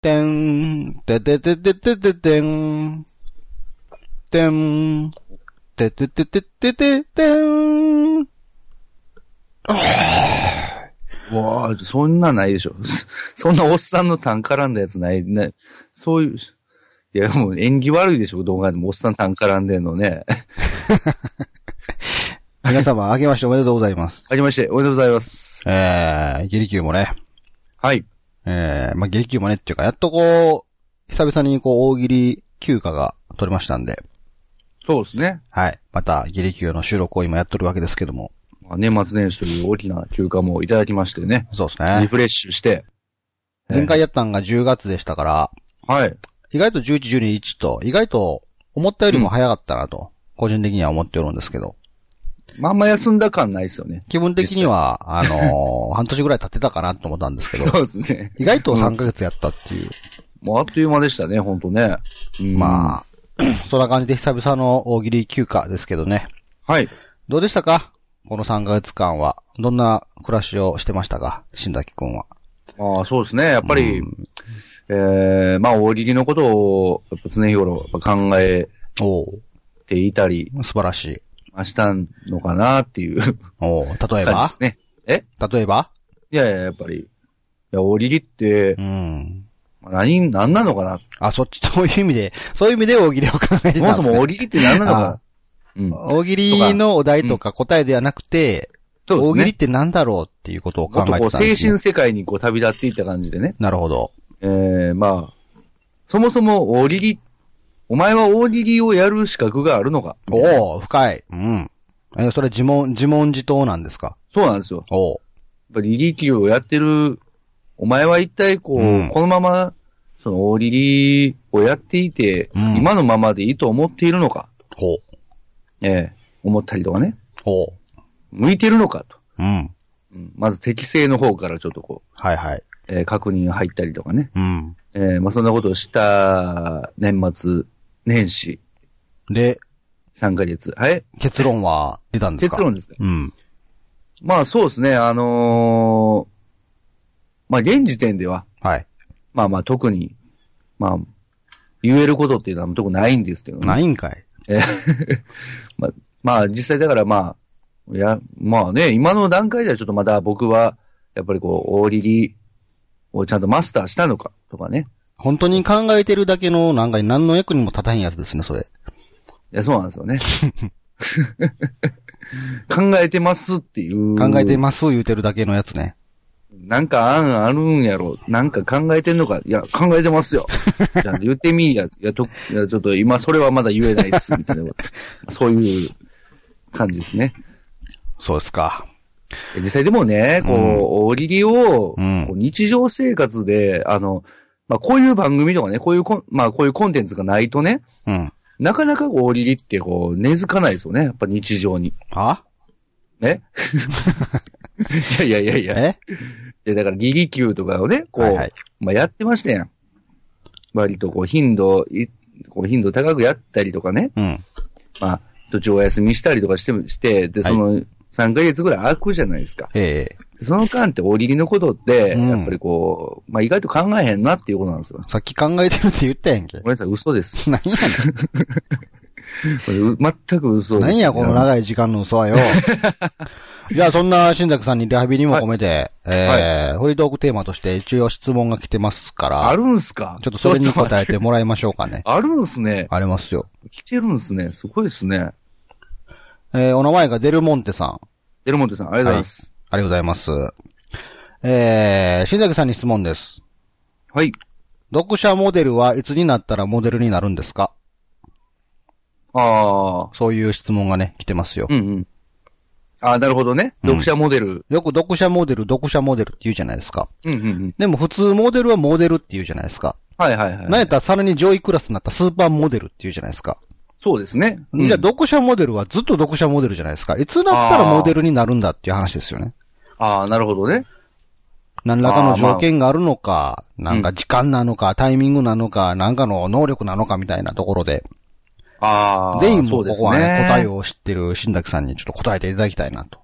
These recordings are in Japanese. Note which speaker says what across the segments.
Speaker 1: てん、てててててててん。てん、てててててててん。
Speaker 2: わあ、そんなないでしょ。 そんなおっさんの単絡んだやつない。ね、そういう、いや、もう演技悪いでしょ、動画でも。おっさん単絡んでんのね。
Speaker 1: 皆様、明けましておめでとうございます。
Speaker 2: はじめまして、おめでとうございます。
Speaker 1: えー、ゲリキューもね、
Speaker 2: はい。
Speaker 1: えー、まあ、ゲリキューもねっていうか、やっとこう、久々にこう、大喜利休暇が取れましたんで、
Speaker 2: そうですね。
Speaker 1: はい。また、ゲリキューの収録を今やっとるわけですけども。
Speaker 2: まあ、年末年始という大きな休暇もいただきましてね。
Speaker 1: そうです
Speaker 2: リ
Speaker 1: ね。
Speaker 2: フレッシュして。
Speaker 1: 前回やったんが10月でしたから、
Speaker 2: はい。
Speaker 1: 意外と11、12、1と、意外と思ったよりも早かったなと、個人的には思っておるんですけど、
Speaker 2: まあ、あんま休んだ感ないですよね。
Speaker 1: 気分的には、あのー半年ぐらい経ってたかなと思ったんですけ
Speaker 2: そ
Speaker 1: ど、
Speaker 2: うですね。
Speaker 1: 意外と3ヶ月やったっていう、
Speaker 2: もうあっという間でしたね、ほんとね。うん
Speaker 1: まあ、 そんな感じで久々の大喜利休暇ですけどね。
Speaker 2: はい。
Speaker 1: どうでしたかこの3ヶ月間は。どんな暮らしをしてましたか新崎くんは。
Speaker 2: まあ、そうですね。やっぱり、
Speaker 1: う
Speaker 2: えー、まあ、大喜利のことを、やっぱ常日頃やっぱ考え
Speaker 1: お
Speaker 2: ていたり、
Speaker 1: お素晴らしい。
Speaker 2: まあしたのかなっていう感
Speaker 1: おお例え
Speaker 2: じで
Speaker 1: ば
Speaker 2: すね。え
Speaker 1: 例えば
Speaker 2: いやいや、やっぱり。いや、大喜利って
Speaker 1: う、ん。
Speaker 2: まあ何、何なのかな。
Speaker 1: あ、そっち、そういう意味で、そういう意味で大喜利を考えて
Speaker 2: そ
Speaker 1: たん
Speaker 2: も
Speaker 1: です、ね。
Speaker 2: そも大喜利って何なのかな。うん。
Speaker 1: 大喜利のお題とか答えではなくて、
Speaker 2: そうですね。
Speaker 1: 大喜利ってなんだろうっていうことを考
Speaker 2: も
Speaker 1: えて
Speaker 2: っとこう、
Speaker 1: たんで
Speaker 2: 精
Speaker 1: す、ね
Speaker 2: 神。世界にこう旅立っていった感じでね。
Speaker 1: なるほど。
Speaker 2: えー、まあ、そもそも大喜利、お前は大喜利をやる資格があるのか。
Speaker 1: おお深い。うん。え、それ自問、自問自答なんですか
Speaker 2: そうなんですよ。
Speaker 1: おお
Speaker 2: やっぱりリリキューをやってる、お前は一体こう、
Speaker 1: うん
Speaker 2: このまま、その大喜利をやっていて、
Speaker 1: うん
Speaker 2: 今のままでいいと思っているのか、
Speaker 1: ほう。
Speaker 2: ええ思ったりとかね、
Speaker 1: ほう。
Speaker 2: 向いてるのかと。
Speaker 1: うん。
Speaker 2: うんまず適性の方からちょっとこ
Speaker 1: はいはい。
Speaker 2: う、えー確認入ったりとかね。
Speaker 1: うん。
Speaker 2: えーまあそんなことをした年末、年始、
Speaker 1: で、
Speaker 2: 3ヶ月。はい
Speaker 1: 結論は出たんですか
Speaker 2: 結論ですか
Speaker 1: うん。
Speaker 2: まあそうですね、あのーまあ現時点では、
Speaker 1: はい。
Speaker 2: まあまあ特に、まあ、言えることっていうのは特にないんですけどね。
Speaker 1: ないんかい。
Speaker 2: えー まあ、まあ実際だからまあ、いや、まあね、今の段階ではちょっとまだ僕は、やっぱりこう、大喜利をちゃんとマスターしたのかとかね。
Speaker 1: 本当に考えてるだけの、なんか何の役にも立たへんやつですね、それ。
Speaker 2: いや、そうなんです よね。考えてますっていう。
Speaker 1: 考えてます言うてるだけのやつね。
Speaker 2: なんか案あるんやろ。なんか考えてんのか。いや、考えてま すよ。じゃあ言ってみいや。いや、といやちょっと今それはまだ言えないっす。みたいなこと。そういう感じですね。
Speaker 1: そうですか。
Speaker 2: 実際でもね、こう、
Speaker 1: うん
Speaker 2: 大喜利を、
Speaker 1: うん
Speaker 2: こう日常生活で、あの、まあ、こういう番組とかね、こういうコン、まあ、こういうコンテンツがないとね、
Speaker 1: うん。
Speaker 2: なかなかこう大喜利ってこう、根付かないですよね。やっぱ日常に。
Speaker 1: は
Speaker 2: ね いやいやいやいや。い
Speaker 1: え
Speaker 2: や、だから、ギリキューとかをね、こう、
Speaker 1: はいはい。
Speaker 2: まあ、やってましたやん。割とこう、頻度、いこう頻度高くやったりとかね、
Speaker 1: うん。
Speaker 2: まあ、途中お休みしたりとかしても、して、で、
Speaker 1: はい
Speaker 2: その、3ヶ月ぐらい空くじゃないですか。
Speaker 1: ええ
Speaker 2: でその間って大喜利のことって、
Speaker 1: うん
Speaker 2: やっぱりこう、まあ、意外と考えへんなっていうことなんですよ。
Speaker 1: さっき考えてるって言ったやんけ
Speaker 2: ご。めんなさい、嘘で す。
Speaker 1: 何や
Speaker 2: これう全く嘘です。
Speaker 1: 何や、この長い時間の嘘 はよ。じゃあ、そんな新崎さんにリハビリも込めて、えー、フリートークテーマとして一応質問が来てますから、
Speaker 2: あるんすか
Speaker 1: ちょっとそれに
Speaker 2: ちょっと
Speaker 1: 答えてもらいましょうかね。
Speaker 2: あるんすね。
Speaker 1: ありますよ。
Speaker 2: 来てるんすね。すごいですね。
Speaker 1: えー、お名前がデルモンテさん。
Speaker 2: デルモンテさん、ありがとうございます。
Speaker 1: ありがとうございます。えー、新崎さんに質問です。
Speaker 2: はい。
Speaker 1: 読者モデルはいつになったらモデルになるんですか
Speaker 2: ああ。
Speaker 1: そういう質問がね、来てますよ。
Speaker 2: うんうん。ああ、なるほどね。
Speaker 1: うん
Speaker 2: 読者モデル。
Speaker 1: よく読者モデル、読者モデルって言うじゃないですか。
Speaker 2: うんうんうん。
Speaker 1: でも普通モデルはモデルって言うじゃないですか。
Speaker 2: はいはいは
Speaker 1: な
Speaker 2: い。
Speaker 1: んやったらさらに上位クラスになったスーパーモデルって言うじゃないですか。
Speaker 2: そうですね。うん
Speaker 1: じゃあ読者モデルはずっと読者モデルじゃないですか。いつなったらモデルになるんだっていう話ですよね。
Speaker 2: ああ、なるほどね。
Speaker 1: 何らかの条件があるのか、なんか時間なのか、タイミングなのか、なんかの能力なのかみたいなところで、
Speaker 2: ああ。
Speaker 1: ぜひもうここはね、答え
Speaker 2: を。
Speaker 1: を知ってる新崎さんにちょっと答えていただきたいなと。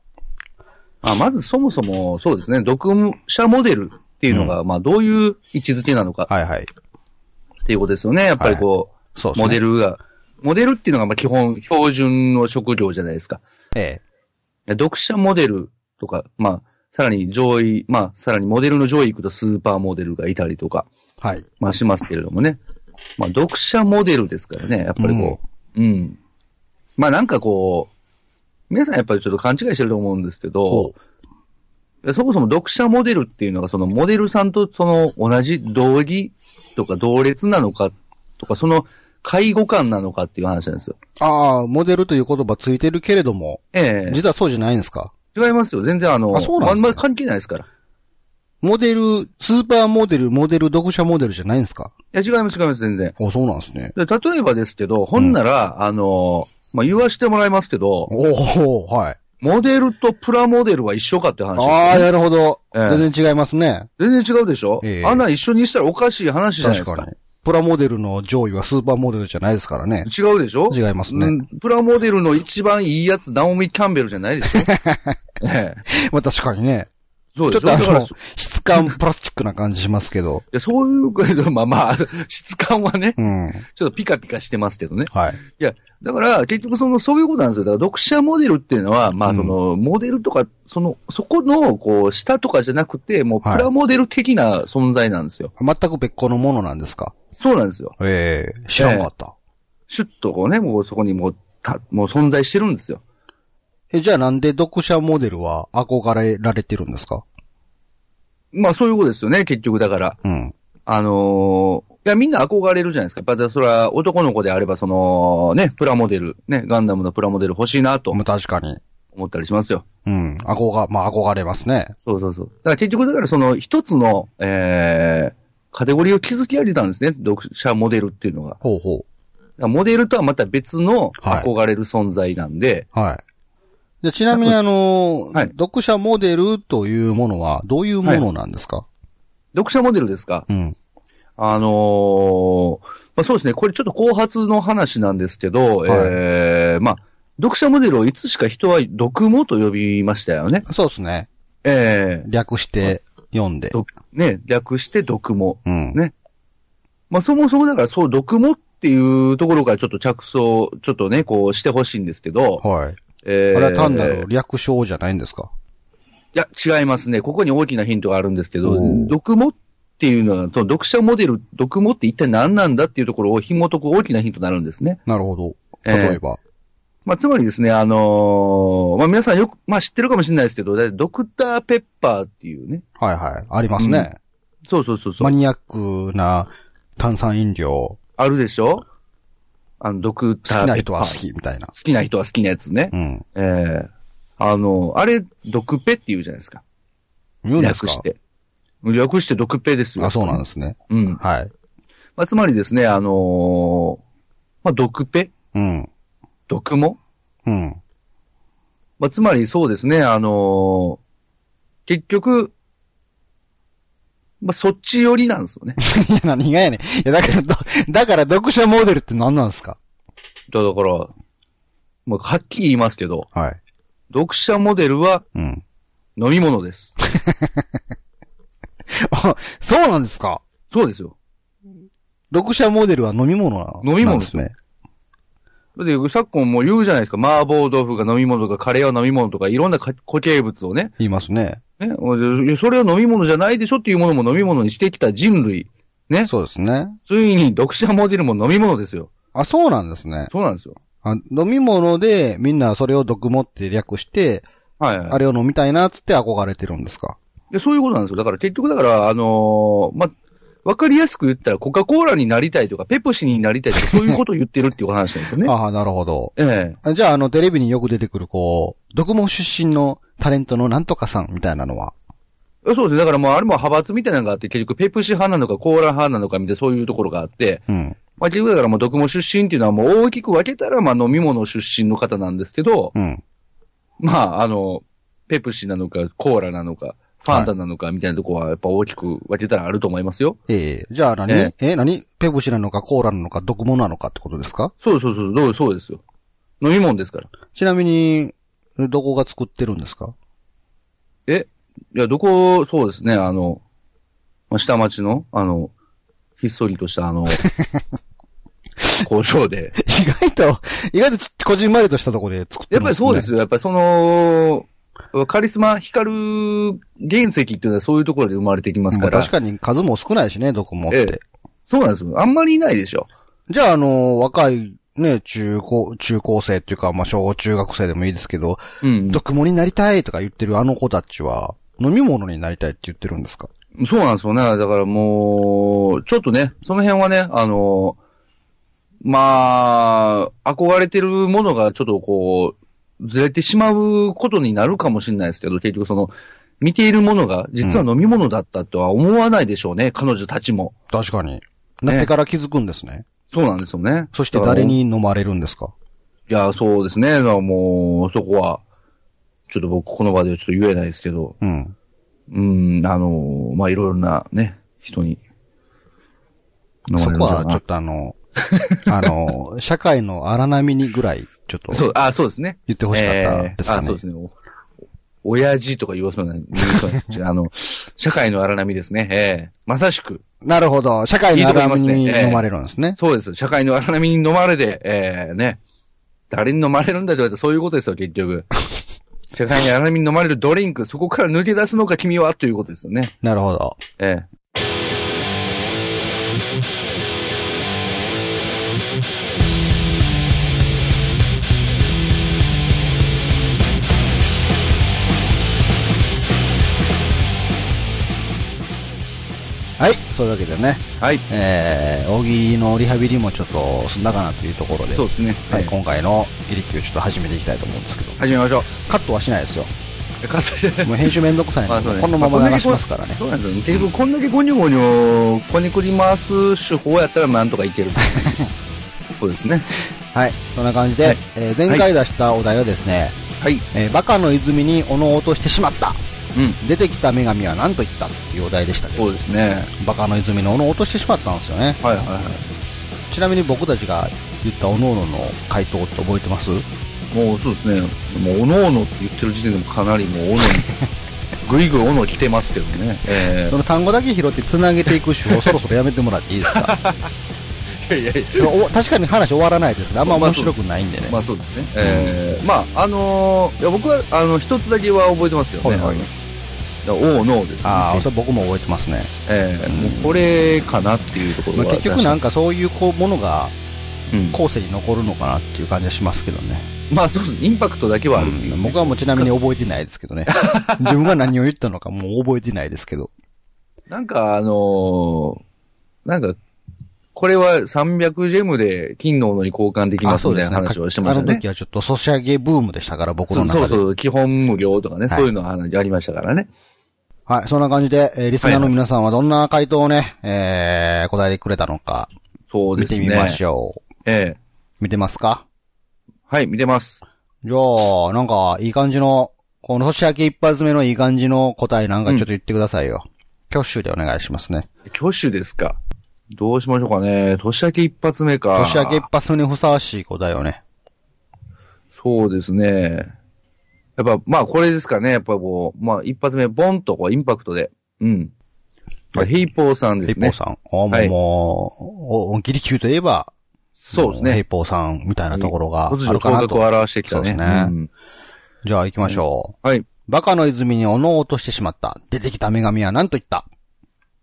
Speaker 2: あまずそもそも、そうですね。読者モデルっっていうのが、まあ、どういう位置づけなのか
Speaker 1: はいはい。
Speaker 2: っていうことですよね。やっぱりこ
Speaker 1: そう
Speaker 2: う、
Speaker 1: ですね。
Speaker 2: モデルが、モデルっていうのがまあ基本、標準の職業じゃないですか。
Speaker 1: え
Speaker 2: 読者モデルとか、まあ、さらに上位、まあ、さらにモデルの上位行くとスーパーモデルがいたりとか、
Speaker 1: え。はい。
Speaker 2: まあしますけれどもね。まあ、読者モデルですからね、やっぱりこう。うん。まあなんかこう、皆さんやっぱりちょっと勘違いしてると思うんですけど
Speaker 1: ほ、
Speaker 2: そもそも読者モデルっていうのが、そのモデルさんとその同じ同義とか同列なのかとか、その介護官なのかっていう話なんですよ。
Speaker 1: ああ、モデルという言葉ついてるけれども、
Speaker 2: ええ
Speaker 1: 実はそうじゃないんですか
Speaker 2: 違いますよ。全然あの、
Speaker 1: あそうなんですね
Speaker 2: まあんまり関係ないですから。
Speaker 1: モデル、スーパーモデル、モデル、読者モデルじゃないんですか
Speaker 2: いや、違います、違います、全然。
Speaker 1: あそうなんですね。
Speaker 2: で例えばですけど、ほんなら、あの、まあ、言わしてもらいますけど、
Speaker 1: おおはい。
Speaker 2: モデルとプラモデルは一緒かって話
Speaker 1: ああ、
Speaker 2: です
Speaker 1: な
Speaker 2: よね、
Speaker 1: るほど。
Speaker 2: ええ
Speaker 1: 全然違いますね。
Speaker 2: 全然違うでしょ、
Speaker 1: ええ
Speaker 2: あんなん一緒にしたらおかしい話じゃないで
Speaker 1: 確
Speaker 2: すか。
Speaker 1: かに。プラモデルの上位はスーパーモデルじゃないですからね。
Speaker 2: 違うでしょ
Speaker 1: 違いますね
Speaker 2: うんプラモデルの一番いいやつ、ナオミ・キャンベルじゃない でしょ、ええ、
Speaker 1: まあ確かにね。
Speaker 2: そう
Speaker 1: ちょ
Speaker 2: で
Speaker 1: っ
Speaker 2: し
Speaker 1: と
Speaker 2: ょ
Speaker 1: あ
Speaker 2: だから
Speaker 1: の、質感プラスチックな感じしますけど。
Speaker 2: でそういう こと、まあまあ、質感はね、
Speaker 1: うん。
Speaker 2: ちょっとピカピカしてますけどね。
Speaker 1: はい。
Speaker 2: いや、だから、結局その、そういうことなんですよ。だから、読者モデルっていうのは、
Speaker 1: う
Speaker 2: まあ、
Speaker 1: ん
Speaker 2: その、モデルとか、その、そこの、こう、下とかじゃなくて、もう、プ
Speaker 1: はい
Speaker 2: ラモデル的な存在なんですよ。
Speaker 1: 全く別個のものなんですか
Speaker 2: そうなんですよ。
Speaker 1: ええ知らんかった。
Speaker 2: シュッとこうね、もうそこにもう、た、もう存在してるんですよ。
Speaker 1: え、じゃあなんで読者モデルは憧れられてるんですか
Speaker 2: まあ、そういうことですよね、結局だから。
Speaker 1: うん。
Speaker 2: あのーいや、みんな憧れるじゃないですか。やっぱ、それは男の子であれば、その、ね、プラモデル、ね、ガンダムのプラモデル欲しいなと
Speaker 1: まあ確かに。
Speaker 2: 思ったりしますよ。
Speaker 1: うん。憧、まあ憧れますね。
Speaker 2: そうそうそう。だから結局、だからその一つの、えー、カテゴリーを築き上げたんですね。読者モデルっていうのが。だか
Speaker 1: ほうほ
Speaker 2: らモデルとはまた別の
Speaker 1: はい
Speaker 2: 憧れる存在なんで、
Speaker 1: う。はい。じゃあちなみにあの、
Speaker 2: はい
Speaker 1: 読者モデルというものはどういうものなんですか、
Speaker 2: 読者モデルですか
Speaker 1: うん。
Speaker 2: あのーまあ、そうですね。これちょっと後発の話なんですけど、
Speaker 1: はい
Speaker 2: えー、まあ、読者モデルをいつしか人は読モと呼びましたよね。
Speaker 1: そうですね。
Speaker 2: え
Speaker 1: 略して読んで
Speaker 2: ー。どね、略して読モ。
Speaker 1: うん。
Speaker 2: ねまあ、そもそもだからそう、読モっていうところからちょっと着想、ちょっとね、こうしてほしいんですけど、
Speaker 1: はい。
Speaker 2: えー
Speaker 1: これは単なる略称じゃないんですか、
Speaker 2: いや、違いますね。ここに大きなヒントがあるんですけど
Speaker 1: おー、
Speaker 2: 読モっていうのは、その読者モデル、読モって一体何なんだっていうところを紐解く大きなヒントになるんですね。
Speaker 1: なるほど。
Speaker 2: えー
Speaker 1: 例えば。
Speaker 2: まあ、つまりですね、あのーまあ、皆さんよく、まあ、知ってるかもしれないですけど、だいたいドクターペッパーっていうね。
Speaker 1: はいはい。ありますね。
Speaker 2: そうそうそうそう
Speaker 1: マ。ニアックな炭酸飲料、
Speaker 2: あるでしょあの、ドク
Speaker 1: 好き
Speaker 2: ター
Speaker 1: な
Speaker 2: ペッ
Speaker 1: 人
Speaker 2: パー。
Speaker 1: は好。きみたいな
Speaker 2: 好。きな人は好きなやつね。
Speaker 1: うん。
Speaker 2: ええあのーあれ、ドクペって言うじゃないですか。
Speaker 1: 言うんですか
Speaker 2: 略して。略してドクペですよ。
Speaker 1: あ、そうなん
Speaker 2: で
Speaker 1: ですね。
Speaker 2: す。うん。
Speaker 1: はい。
Speaker 2: まあ、つまりですね、あのーまあ、毒ペ、
Speaker 1: うん。
Speaker 2: 毒も、
Speaker 1: うん。
Speaker 2: まあ、つまりそうですね、あのー結局、まあ、そっち寄りなんですよね。
Speaker 1: いや、何がやねん。いや、だから、どだから読者モデルって何なんですか
Speaker 2: だだから、まあ、はっきり言いますけど、
Speaker 1: はい。
Speaker 2: 読者モデルは
Speaker 1: うん。
Speaker 2: 飲み物です。
Speaker 1: あ、 そうなんですか
Speaker 2: そうですよ。
Speaker 1: 読者モデルは飲み物な
Speaker 2: 飲み
Speaker 1: な
Speaker 2: 物
Speaker 1: んですね。
Speaker 2: だって、昨今もう言うじゃないですか。麻婆豆腐が飲み物とか、カレーは飲み物とか、いろんなか固形物をね。
Speaker 1: 言いますね。
Speaker 2: ね。それは飲み物じゃないでしょっていうものも飲み物にしてきた人類。ね。
Speaker 1: そうですね。
Speaker 2: ついに読者モデルも飲み物ですよ。
Speaker 1: あ、そうなんですね。
Speaker 2: そうなんですよ。
Speaker 1: あ飲み物で、みんなそれを毒もって略して、
Speaker 2: はい、はい
Speaker 1: あれを飲みたいなっつって憧れてるんですか
Speaker 2: で。そういうことなんですよ。だから結局だから、あのーまあ、わかりやすく言ったらコカ・コーラになりたいとか、ペプシになりたいとか、そういうことを言ってるっていうお話なんですよね。
Speaker 1: ああ、なるほど。
Speaker 2: ええ
Speaker 1: あじゃあ、あの、テレビによく出てくる、こう、毒も出身のタレントのなんとかさんみたいなのは。
Speaker 2: そうですね。だからもうあれも派閥みたいなのがあって、結局ペプシ派なのかコーラ派なのかみたいなそういうところがあって、
Speaker 1: うん。
Speaker 2: まあ結局だからもう毒も出身っていうのはもう大きく分けたら、まあ飲み物出身の方なんですけど、
Speaker 1: うん。
Speaker 2: まああの、ペプシなのかコーラなのか、ファンタなのかみたいなところはやっぱ大きく分けたらあると思いますよ。
Speaker 1: ええじゃあ何、
Speaker 2: え
Speaker 1: え何ペプシなのかコーラなのか毒もなのかってことですか
Speaker 2: そうそうそう、どうそうですよ。飲み物ですから。
Speaker 1: ちなみに、どこが作ってるんですか
Speaker 2: えいや、どこ、そうですね、あの、まあ、下町の、あの、ひっそりとしたあの、 工場で。
Speaker 1: 意外と、意外とち、こじんまりとしたとこで作って
Speaker 2: やっ
Speaker 1: ま
Speaker 2: ぱりそうですよ。やっぱりその、カリスマ光る原石っていうのはそういうところで生まれてきますから。
Speaker 1: まあ確かに数も少ないしね、どこもって。
Speaker 2: ええそうなんですよ。あんまりいないでしょ。
Speaker 1: じゃあ、あの、若い、ね、中高、中高生っていうか、まあ、小中学生でもいいですけど、
Speaker 2: うん。
Speaker 1: 毒もになりたいとか言ってるあの子たちは、飲み物になりたいって言ってるんですか
Speaker 2: そうなんですよね。だからもう、ちょっとね、その辺はね、あの、まあ、憧れてるものがちょっとこう、ずれてしまうことになるかもしれないですけど、結局その、見ているものが実は飲み物だったとは思わないでしょうね、彼女たちも。
Speaker 1: 確かに。なってから気づくんですね。
Speaker 2: そうなんですよね。
Speaker 1: そして誰に飲まれるんですか
Speaker 2: いや、そうですね。だからもう、そこは、ちょっと僕、この場でちょっと言えないですけど、
Speaker 1: うん。
Speaker 2: うん、あの、まあ、いろいろなね、人に。
Speaker 1: そこは、ちょっ
Speaker 2: と。
Speaker 1: とあ の、あの、社会の荒波にぐらい、ちょっと、
Speaker 2: そう、あ、そうですね。
Speaker 1: 言ってほしかった
Speaker 2: ええ
Speaker 1: ですか
Speaker 2: あ、そ
Speaker 1: ね
Speaker 2: うで。すね。お親父とか言わそうな、言わそう なあの、社会の荒波ですね。ええまさしく。
Speaker 1: なるほど。社会の荒波
Speaker 2: いいとこい
Speaker 1: に
Speaker 2: ますねええ
Speaker 1: 飲まれるんですね。
Speaker 2: そうです。社会の荒波に飲まれて、ええね。誰に飲まれるんだって言われたらそういうことですよ、結局。社会に荒波に飲まれるドリンク、そこから抜け出すのか君はということですよね。
Speaker 1: なるほど。
Speaker 2: え
Speaker 1: はい。そういうわけでね、
Speaker 2: え。はい。
Speaker 1: えー、扇のリハビリもちょっと済んだかなというところで、
Speaker 2: そうですね。
Speaker 1: はい、
Speaker 2: ええ
Speaker 1: 今回のギリキューちょっと始めていきたいと思うんですけど、
Speaker 2: 始めましょう。
Speaker 1: カットはしないですよ。
Speaker 2: えカット して。
Speaker 1: もう編集めんどくさい
Speaker 2: まあ
Speaker 1: の
Speaker 2: そう
Speaker 1: で、
Speaker 2: ね
Speaker 1: このまま流しますからね。
Speaker 2: そうなんですよ、ね。結局、こんだけゴニョゴニョ、こねくり回す手法やったらなんとか いける。そうですね。
Speaker 1: はい。そんな感じで、
Speaker 2: はい
Speaker 1: えー前回出したお題はですね、
Speaker 2: はい。
Speaker 1: えーバカの泉に斧を落としてしまった。
Speaker 2: うん。
Speaker 1: 出てきた女神は何と言ったっていうお題でしたけど、
Speaker 2: そうですね。
Speaker 1: バカの泉の斧を落としてしまったんですよね。
Speaker 2: はいはいは
Speaker 1: ちなみに僕たちが言ったおのおのの回答って覚えてます
Speaker 2: い。もうそうですね。もう、おのおのって言ってる時点でもかなりもう、おの に、ぐいぐいおの来てますけどね。え
Speaker 1: その単語だけ拾って繋げていく手 法そろそろやめてもらっていいですか
Speaker 2: えいやいやいや。
Speaker 1: お確かに話終わらないですけど、あんま面白くないんでね。
Speaker 2: まあそうですね。ええまあ、あのーいや僕は、あの、一つだけは覚えてますけどね。
Speaker 1: はいはい
Speaker 2: あのいやおのですね。
Speaker 1: ああ、それ僕も覚えてますね。
Speaker 2: ええもうこれかなっていうところ
Speaker 1: まあ、
Speaker 2: が、
Speaker 1: 結局なんかそういうこうものが
Speaker 2: うん
Speaker 1: 後世に残るのかなっていう感じはしますけどね。
Speaker 2: まあそうです。インパクトだけはあるっていう、
Speaker 1: うん僕はもうちなみに覚えてないですけ どね。自分が何を言ったのかもう覚えてないですけど。
Speaker 2: なんかあのーなんか、これは300ジェムで金の斧に交換できますみたいな話をしてました
Speaker 1: あの
Speaker 2: ね。
Speaker 1: 時はちょっとソシャゲブームでしたから、僕の中
Speaker 2: そ
Speaker 1: で。
Speaker 2: うそうそう、基本無料とかね、
Speaker 1: はい
Speaker 2: そういうのはあのありましたからね。
Speaker 1: はい、そんな感じで、えーリスナーの皆さんはどんな回答をね、えー、答えてくれたのか、
Speaker 2: そうで
Speaker 1: 見て
Speaker 2: すね。
Speaker 1: みましょう。
Speaker 2: ええ
Speaker 1: 見てますか
Speaker 2: はい、見てます。
Speaker 1: じゃあ、なんか、いい感じの、この年明け一発目のいい感じの答えなんかちょっと言ってくださいよ。挙手でお願いしますね。
Speaker 2: 挙手ですか。どうしましょうかね。年明け一発目か。
Speaker 1: 年明け一発目にふさわしい答えをね。
Speaker 2: そうですね。やっぱ、まあこれですかね。やっぱこう、まあ一発目、ボンとこうインパクトで。うん。
Speaker 1: はい
Speaker 2: ヘイポーさんで
Speaker 1: ヘイ
Speaker 2: す
Speaker 1: ポ
Speaker 2: ね
Speaker 1: ー。さん。あもう、
Speaker 2: はい
Speaker 1: もう、お、ギリキューといえば、
Speaker 2: そうですね
Speaker 1: もヘイ。ポーさんみたいなところがあ
Speaker 2: 突如
Speaker 1: る
Speaker 2: 頭
Speaker 1: かな
Speaker 2: 角
Speaker 1: と
Speaker 2: を。表してき
Speaker 1: そ
Speaker 2: たね。
Speaker 1: うですね
Speaker 2: ん
Speaker 1: じゃあ行きましょう。
Speaker 2: はい。
Speaker 1: バカの泉に斧を落としてしまった。出てきた女神は何と言った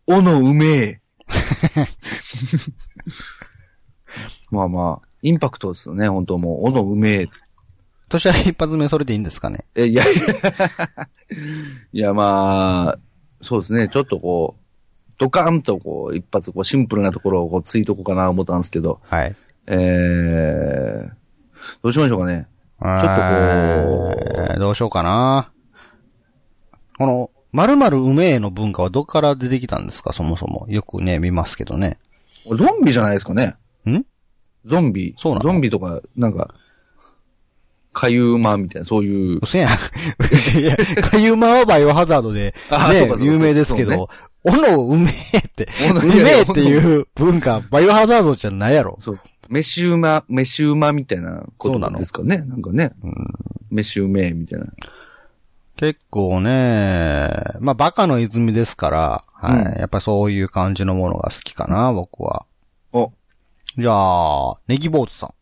Speaker 2: おのうめえ。 まあまあ、インパクトですよね、本当もう。おのうめえ。
Speaker 1: 年明け一発目それでいいんですかね。
Speaker 2: え、いやいや。いやまあ、そうですね、ちょっとこう、ドカンとこう、一発こう、シンプルなところをこう、ついとこうかな思ったんですけど、
Speaker 1: はい。ち
Speaker 2: えー、どうしましょうかね。
Speaker 1: ょっ
Speaker 2: とこう
Speaker 1: どうしようかな。この、〇〇うめえの文化はどこから出てきたんですかそもそも。よくね、見ますけどね。
Speaker 2: ゾンビじゃないですかね。
Speaker 1: ん
Speaker 2: ゾンビ。
Speaker 1: そうなの
Speaker 2: ゾンビとか、なんか、かゆうまみたいな、そういう
Speaker 1: う。せやん。いや、かゆまはバイオハザードで、
Speaker 2: あそ
Speaker 1: ね
Speaker 2: うかそう、か
Speaker 1: 有名ですけ
Speaker 2: そう
Speaker 1: ど、斧うめえって、
Speaker 2: 斧
Speaker 1: うめえっていう文化、バイオハザードじゃないやろ。
Speaker 2: そう。飯馬、飯馬みたいなこ
Speaker 1: そうな
Speaker 2: と
Speaker 1: の
Speaker 2: ですかね。なんかね。飯うめえみたいな。
Speaker 1: 結構ね、まあ、バカの泉ですから、はい。
Speaker 2: うん
Speaker 1: やっぱそういう感じのものが好きかな、僕は。
Speaker 2: お、
Speaker 1: じゃあ、ネギボートさん。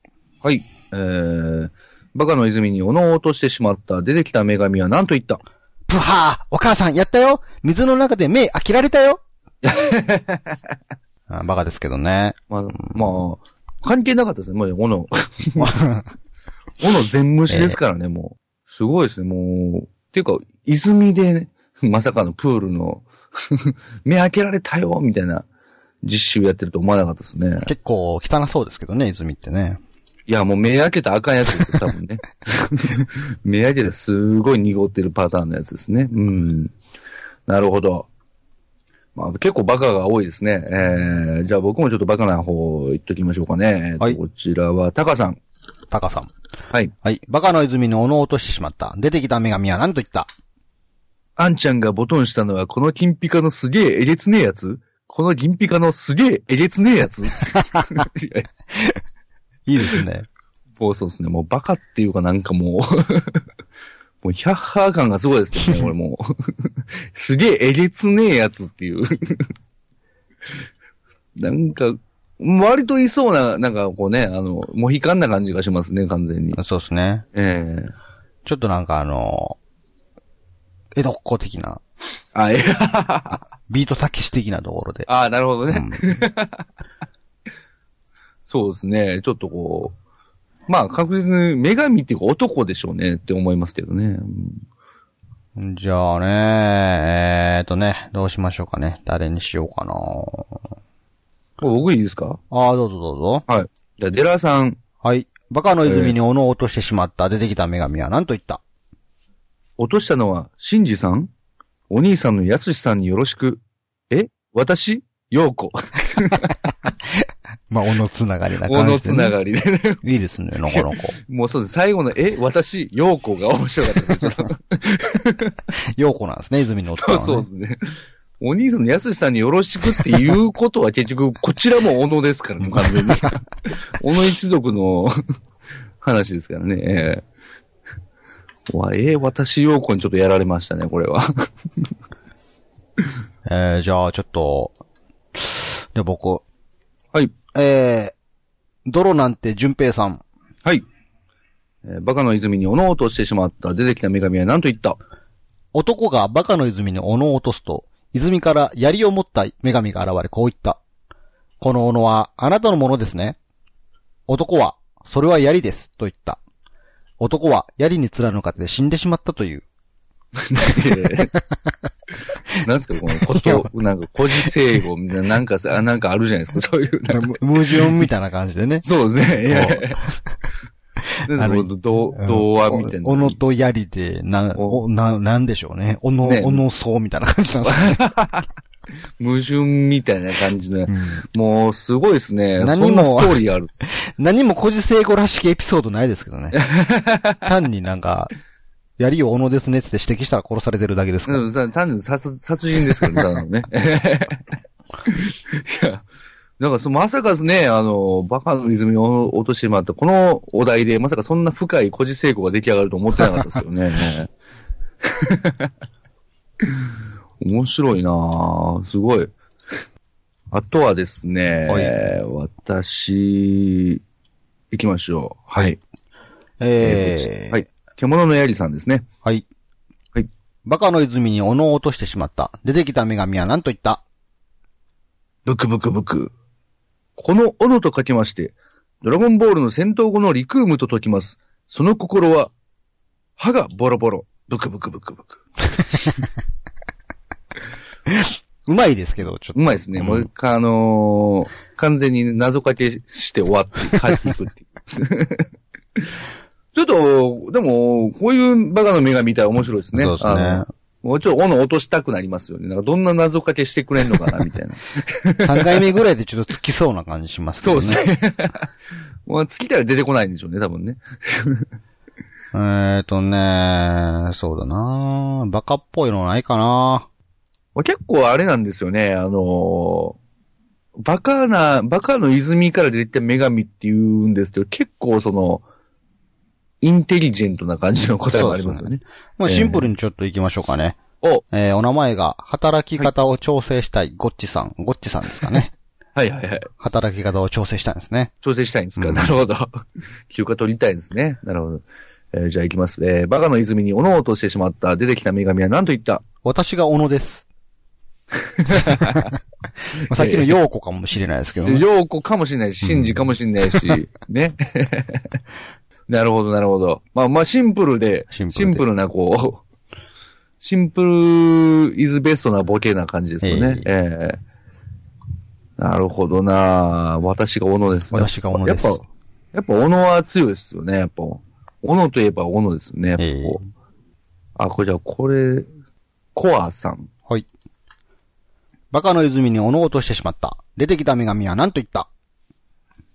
Speaker 2: はい。えー、バカの泉に斧を落としてしまった出てきた女神は何と言った
Speaker 1: ぷはーお母さんやったよ水の中で目開けられたよ あバカですけどね。
Speaker 2: まあ、まあ、関係なかったですね。まあ、 斧。斧全無視ですからね、もう。すごいですね、もう。っていうか、泉で、ね、まさかのプールの、 目開けられたよみたいな実習やってると思わなかったですね。
Speaker 1: 結構汚そうですけどね、泉ってね。
Speaker 2: いや、もう目開けたらあかんやつですよ、多 分ね。目開けたらすごい濁ってるパターンのやつですね。うん。なるほど。まあ、結構バカが多いですね。えー、じゃあ僕もちょっとバカな方言っときましょうかね。
Speaker 1: はい
Speaker 2: こちらは、タカさん。
Speaker 1: タカさん。
Speaker 2: はい。
Speaker 1: はい。バカの泉に斧を落としてしまった。出てきた女神は何と言った
Speaker 2: あんちゃんがボトンしたのはこの金ピカのすげええげつねえやつこの銀ピカのすげええげつねえ やついや
Speaker 1: いいですね。
Speaker 2: もうそうですね。もうバカっていうか なんかもう、もうヒャッハー感がすごいですけどね、俺もう。 すげええげつねえやつっていう。なんか、割といそうな、なんかこうね、あの、モヒカンな感じがしますね、完全に。
Speaker 1: そうですね。
Speaker 2: ええ
Speaker 1: ちょっとなんかあの、江戸っ子的な、
Speaker 2: あ、え
Speaker 1: ビートたけし的なところで。
Speaker 2: あ、なるほどね。
Speaker 1: うん
Speaker 2: そうですね。ちょっとこう、まあ確実に女神っていうか男でしょうねって思いますけどね。うん
Speaker 1: じゃあね、えーっとね、どうしましょうかね。誰にしようかな。
Speaker 2: これ僕いいですか
Speaker 1: ああ、どうぞどうぞ。
Speaker 2: はい。じゃあ、デラさん、
Speaker 1: はい。バカの泉に斧を落としてしまった出てきた女神は何と言った
Speaker 2: 落としたのは、シンジさんお兄さんのやすしさんによろしく。え私ようこ。
Speaker 1: まあ、斧つながりな
Speaker 2: こ
Speaker 1: 感
Speaker 2: の
Speaker 1: じで、
Speaker 2: つ ながりでね。
Speaker 1: り。いいですね、なかなか。
Speaker 2: もうそうです。最後の、え私ようこが面白かったですちょっと
Speaker 1: 陽子なんですね、泉の夫は、ね。
Speaker 2: そうですね。お兄さんのやすしさんによろしくっていうことは結局、こちらも小野ですからね、完全に。小野一族の話ですからね。ええわ、ええ私陽子にちょっとやられましたね、これは。
Speaker 1: えー、じゃあ、ちょっと、じゃあ僕、
Speaker 2: はい。
Speaker 1: えー、泥なんて淳平さん。
Speaker 2: はい。えーバカの泉に斧を落としてしまった出てきた女神は何と言った
Speaker 1: 男がバカの泉に斧を落とすと、泉から槍を持った女神が現れこう言った。この斧はあなたのものですね。男は、それは槍です、と言った。男は槍に貫かれて死んでしまったという。
Speaker 2: なんすか、このこと、なんか、孤児生語みたいな、なんかさ、あなんかあるじゃないですか、そういう。なんか。
Speaker 1: む 矛盾みたいな感じでね
Speaker 2: そうですね。いやいやいやな
Speaker 1: あ
Speaker 2: ん
Speaker 1: の
Speaker 2: ですか、どう、童話みたいな。
Speaker 1: おのと槍で、な、
Speaker 2: お
Speaker 1: お、な、なんでしょうね。おの、
Speaker 2: ね
Speaker 1: おのそうみたいな感じなんですかね。
Speaker 2: 矛盾みたいな感じの、もう、すごいですね。
Speaker 1: 何
Speaker 2: そん
Speaker 1: も
Speaker 2: なストーリーある。
Speaker 1: 何もこじせい語らしきエピソードないですけ どね。単になんか、槍をおのですねって指摘したら殺されてるだけですから。
Speaker 2: うんさ単に殺殺人です からね、ただのね。 いや、なんかそまさかですね、あの、バカの泉を落としてしまった、このお題で、まさかそんな深い孤児成功が出来上がると思ってなかったですよね。 面白いなぁすごい。あとはですね、
Speaker 1: はい
Speaker 2: 私、行きましょう。はい。
Speaker 1: えー、
Speaker 2: はい。獣の槍さんですね。
Speaker 1: はい。
Speaker 2: はい
Speaker 1: バカの泉に斧を落としてしまった。出てきた女神は何と言った
Speaker 2: ブクブクブク。この斧と書きまして、ドラゴンボールの戦闘後のリクームと解きます。その心は、歯がボロボロ。ブクブクブクブク。
Speaker 1: うまいですけど、ちょっ
Speaker 2: うまいですね。
Speaker 1: うん
Speaker 2: もう一回、あのー完全に謎かけして終わって帰っていくっていう。 ちょっと、でも、こういうバカの女神みたい面白いです
Speaker 1: と。
Speaker 2: ね。
Speaker 1: そうですね
Speaker 2: あ。のもうちょっと斧落としたくなりますよね。なんかどんな謎かけしてくれんのかな、みたいな。
Speaker 1: 3回目ぐらいでちょっとつき そうな感じしますけ
Speaker 2: そ
Speaker 1: ど
Speaker 2: うで
Speaker 1: ね。
Speaker 2: す ね。もう尽きたら出てこないんでしょうね、多分ね。
Speaker 1: えーとね、そうだなバカっぽいのないかな
Speaker 2: まあ、結構あれなんですよね、あのーバカな、バカの泉から出てきた女神って言うんですけど、結構その、インテリジェントな感じの答えがありますよね。
Speaker 1: まあシンプルにちょっと行きましょうかね。
Speaker 2: お
Speaker 1: えーお名前が、働き方を調整したい、ゴッチさん。ゴッチさんですかね。
Speaker 2: はいはいはい。
Speaker 1: 働き方を調整したいんですね。
Speaker 2: 調整したいんですか、
Speaker 1: うん
Speaker 2: なるほど。 休暇取りたいんですね。なるほど。えーじゃあ行きます。えーバカの泉におのおとしてしまった出てきた女神は何と言った
Speaker 1: 私が小野です。まあさっきの陽子かもしれないですけどね。
Speaker 2: 陽子かもしれないし、真珠かもしれな いし、ね。 なるほど、なるほど。まあまあシンプルで、
Speaker 1: シンプルで
Speaker 2: シンプルなこう、 シンプルイズベストなボケな感じですよね。ええなるほどな私が斧ですね。
Speaker 1: 私が小野です
Speaker 2: やっぱ、やっぱ斧は強いですよね。やっぱ、斧といえば斧ですよね。やっぱこう
Speaker 1: ええ
Speaker 2: あ、これじゃあこれ、コアさん。
Speaker 1: はい。バカの泉に斧を落としてしまった。出てきた女神は何と言った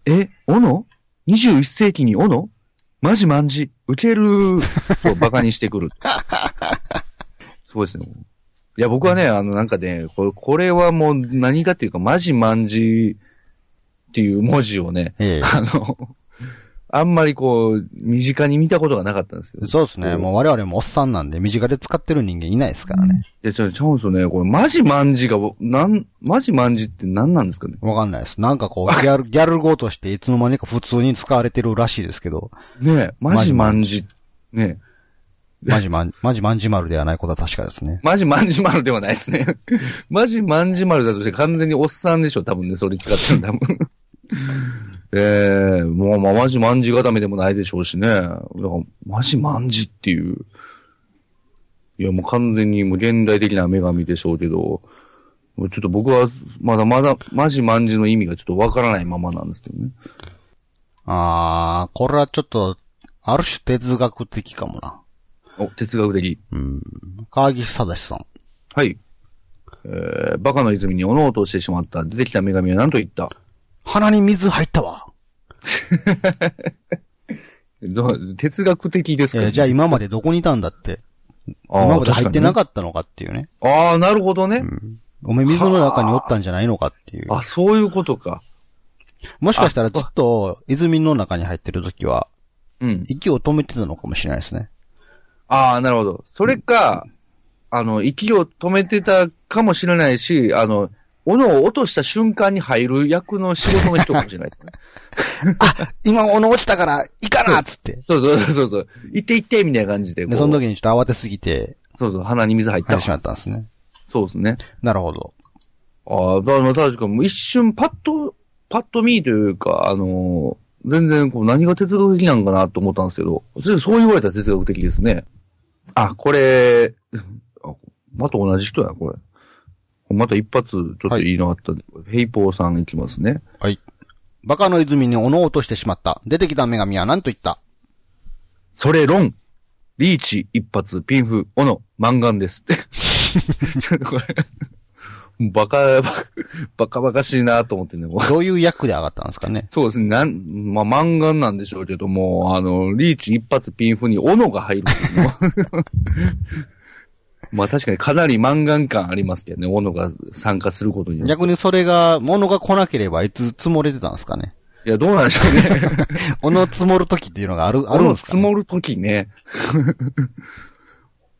Speaker 2: え、斧 ?21 世紀に斧マジマンジ、ウケ るとバカにしてくる。そうですね。いや、僕はね、あの、なんかね、これ、これはもう何かっていうか、マジマンジっていう文字をね、
Speaker 1: え
Speaker 2: あの、あんまりこう、身近に見たことがなかったんですよ。
Speaker 1: え。そうですね。
Speaker 2: うん
Speaker 1: もう我々もおっさんなんで、身近で使ってる人間いないですからね。
Speaker 2: いや、ちょ、ちゃうんすよね。これ、マジマンジが、なん、マジマンジって何なんですかね。
Speaker 1: わかんないです。なんかこう、ギ ャル、ギャル語としていつの間にか普通に使われてるらしいですけど、
Speaker 2: ねえ、マジマンジ。ねえ。
Speaker 1: マジマ ン、マジマンジマルではないことは確かですね。
Speaker 2: マジマンジマルではないですね。マジマンジマルだとして完全におっさんでしょ、多分ね、それ使ってるんだもん。ええもうまあマジマンジ固めでもないでしょうしね。だからマジマンジっていう。いや、もう完全にもう現代的な女神でしょうけど、もうちょっと僕はまだまだマジマンジの意味がちょっとわからないままなんですけどね。
Speaker 1: あー、これはちょっと、ある種哲学的かもな。
Speaker 2: お、哲学的。
Speaker 1: うん。川岸正史さん。
Speaker 2: はい。えー、バカの泉に斧を落としてしまった出てきた女神は何と言った
Speaker 1: 鼻に水入ったわ。
Speaker 2: どう哲学的ですか、
Speaker 1: えーじゃあ今までどこにいたんだって。
Speaker 2: あー
Speaker 1: 今まで入ってな
Speaker 2: 確
Speaker 1: かったのかっていうね。
Speaker 2: かにねあー、なるほどね。
Speaker 1: おめ水の中におったんじゃないのかっていう。
Speaker 2: あ、そういうことか。
Speaker 1: もしかしたらずっと泉の中に入ってる時は、
Speaker 2: うん。
Speaker 1: 息を止めてたのかもしれないですね。
Speaker 2: ああ、なるほど。それか、あの、息を止めてたかもしれないし、あの、斧を落とした瞬間に入る役の仕事の人かもしれないですね。
Speaker 1: 今、斧落ちたから、行かなっつって。
Speaker 2: そうそうそうそうそう。 行って行ってみたいな感じでこう
Speaker 1: で、その時にちょっと慌てすぎて、
Speaker 2: そうそう、鼻に水入っ。
Speaker 1: 入ったてしまったんですね。
Speaker 2: そうですね。
Speaker 1: なるほど。
Speaker 2: ああ、だから確かもう一瞬パッと、パッと見というか、あのー全然こう何が哲学的なんかなと思ったんですけど、そうそう言われたら哲学的ですね。あ、これ、あまた同じ人や、これ。また一発、ちょっと言いなかったんで、ヘイポーさんいきますね。
Speaker 1: バカの泉に斧を落としてしまった。出てきた女神は何と言った
Speaker 2: それ、論。リーチ、一発、ピンフ、斧、満願ですって。 ちょっとこれ、バカ、バカバカバカしいなと思ってね、もう
Speaker 1: どういう役で上がったんですかね。
Speaker 2: そうですね。なん、まあ、漫画なんでしょうけども、あの、リーチ一発ピンフに斧が入るっていうのは まあ確かにかなり漫画感ありますけどね、斧が参加することによって。
Speaker 1: 逆にそれが、物が来なければいつ積もれてたんですかね。
Speaker 2: いや、どうなんでしょうね。
Speaker 1: 斧積もる時っていうのがあ る、あるん
Speaker 2: 斧
Speaker 1: ですか、
Speaker 2: 積
Speaker 1: ね、
Speaker 2: もるときね。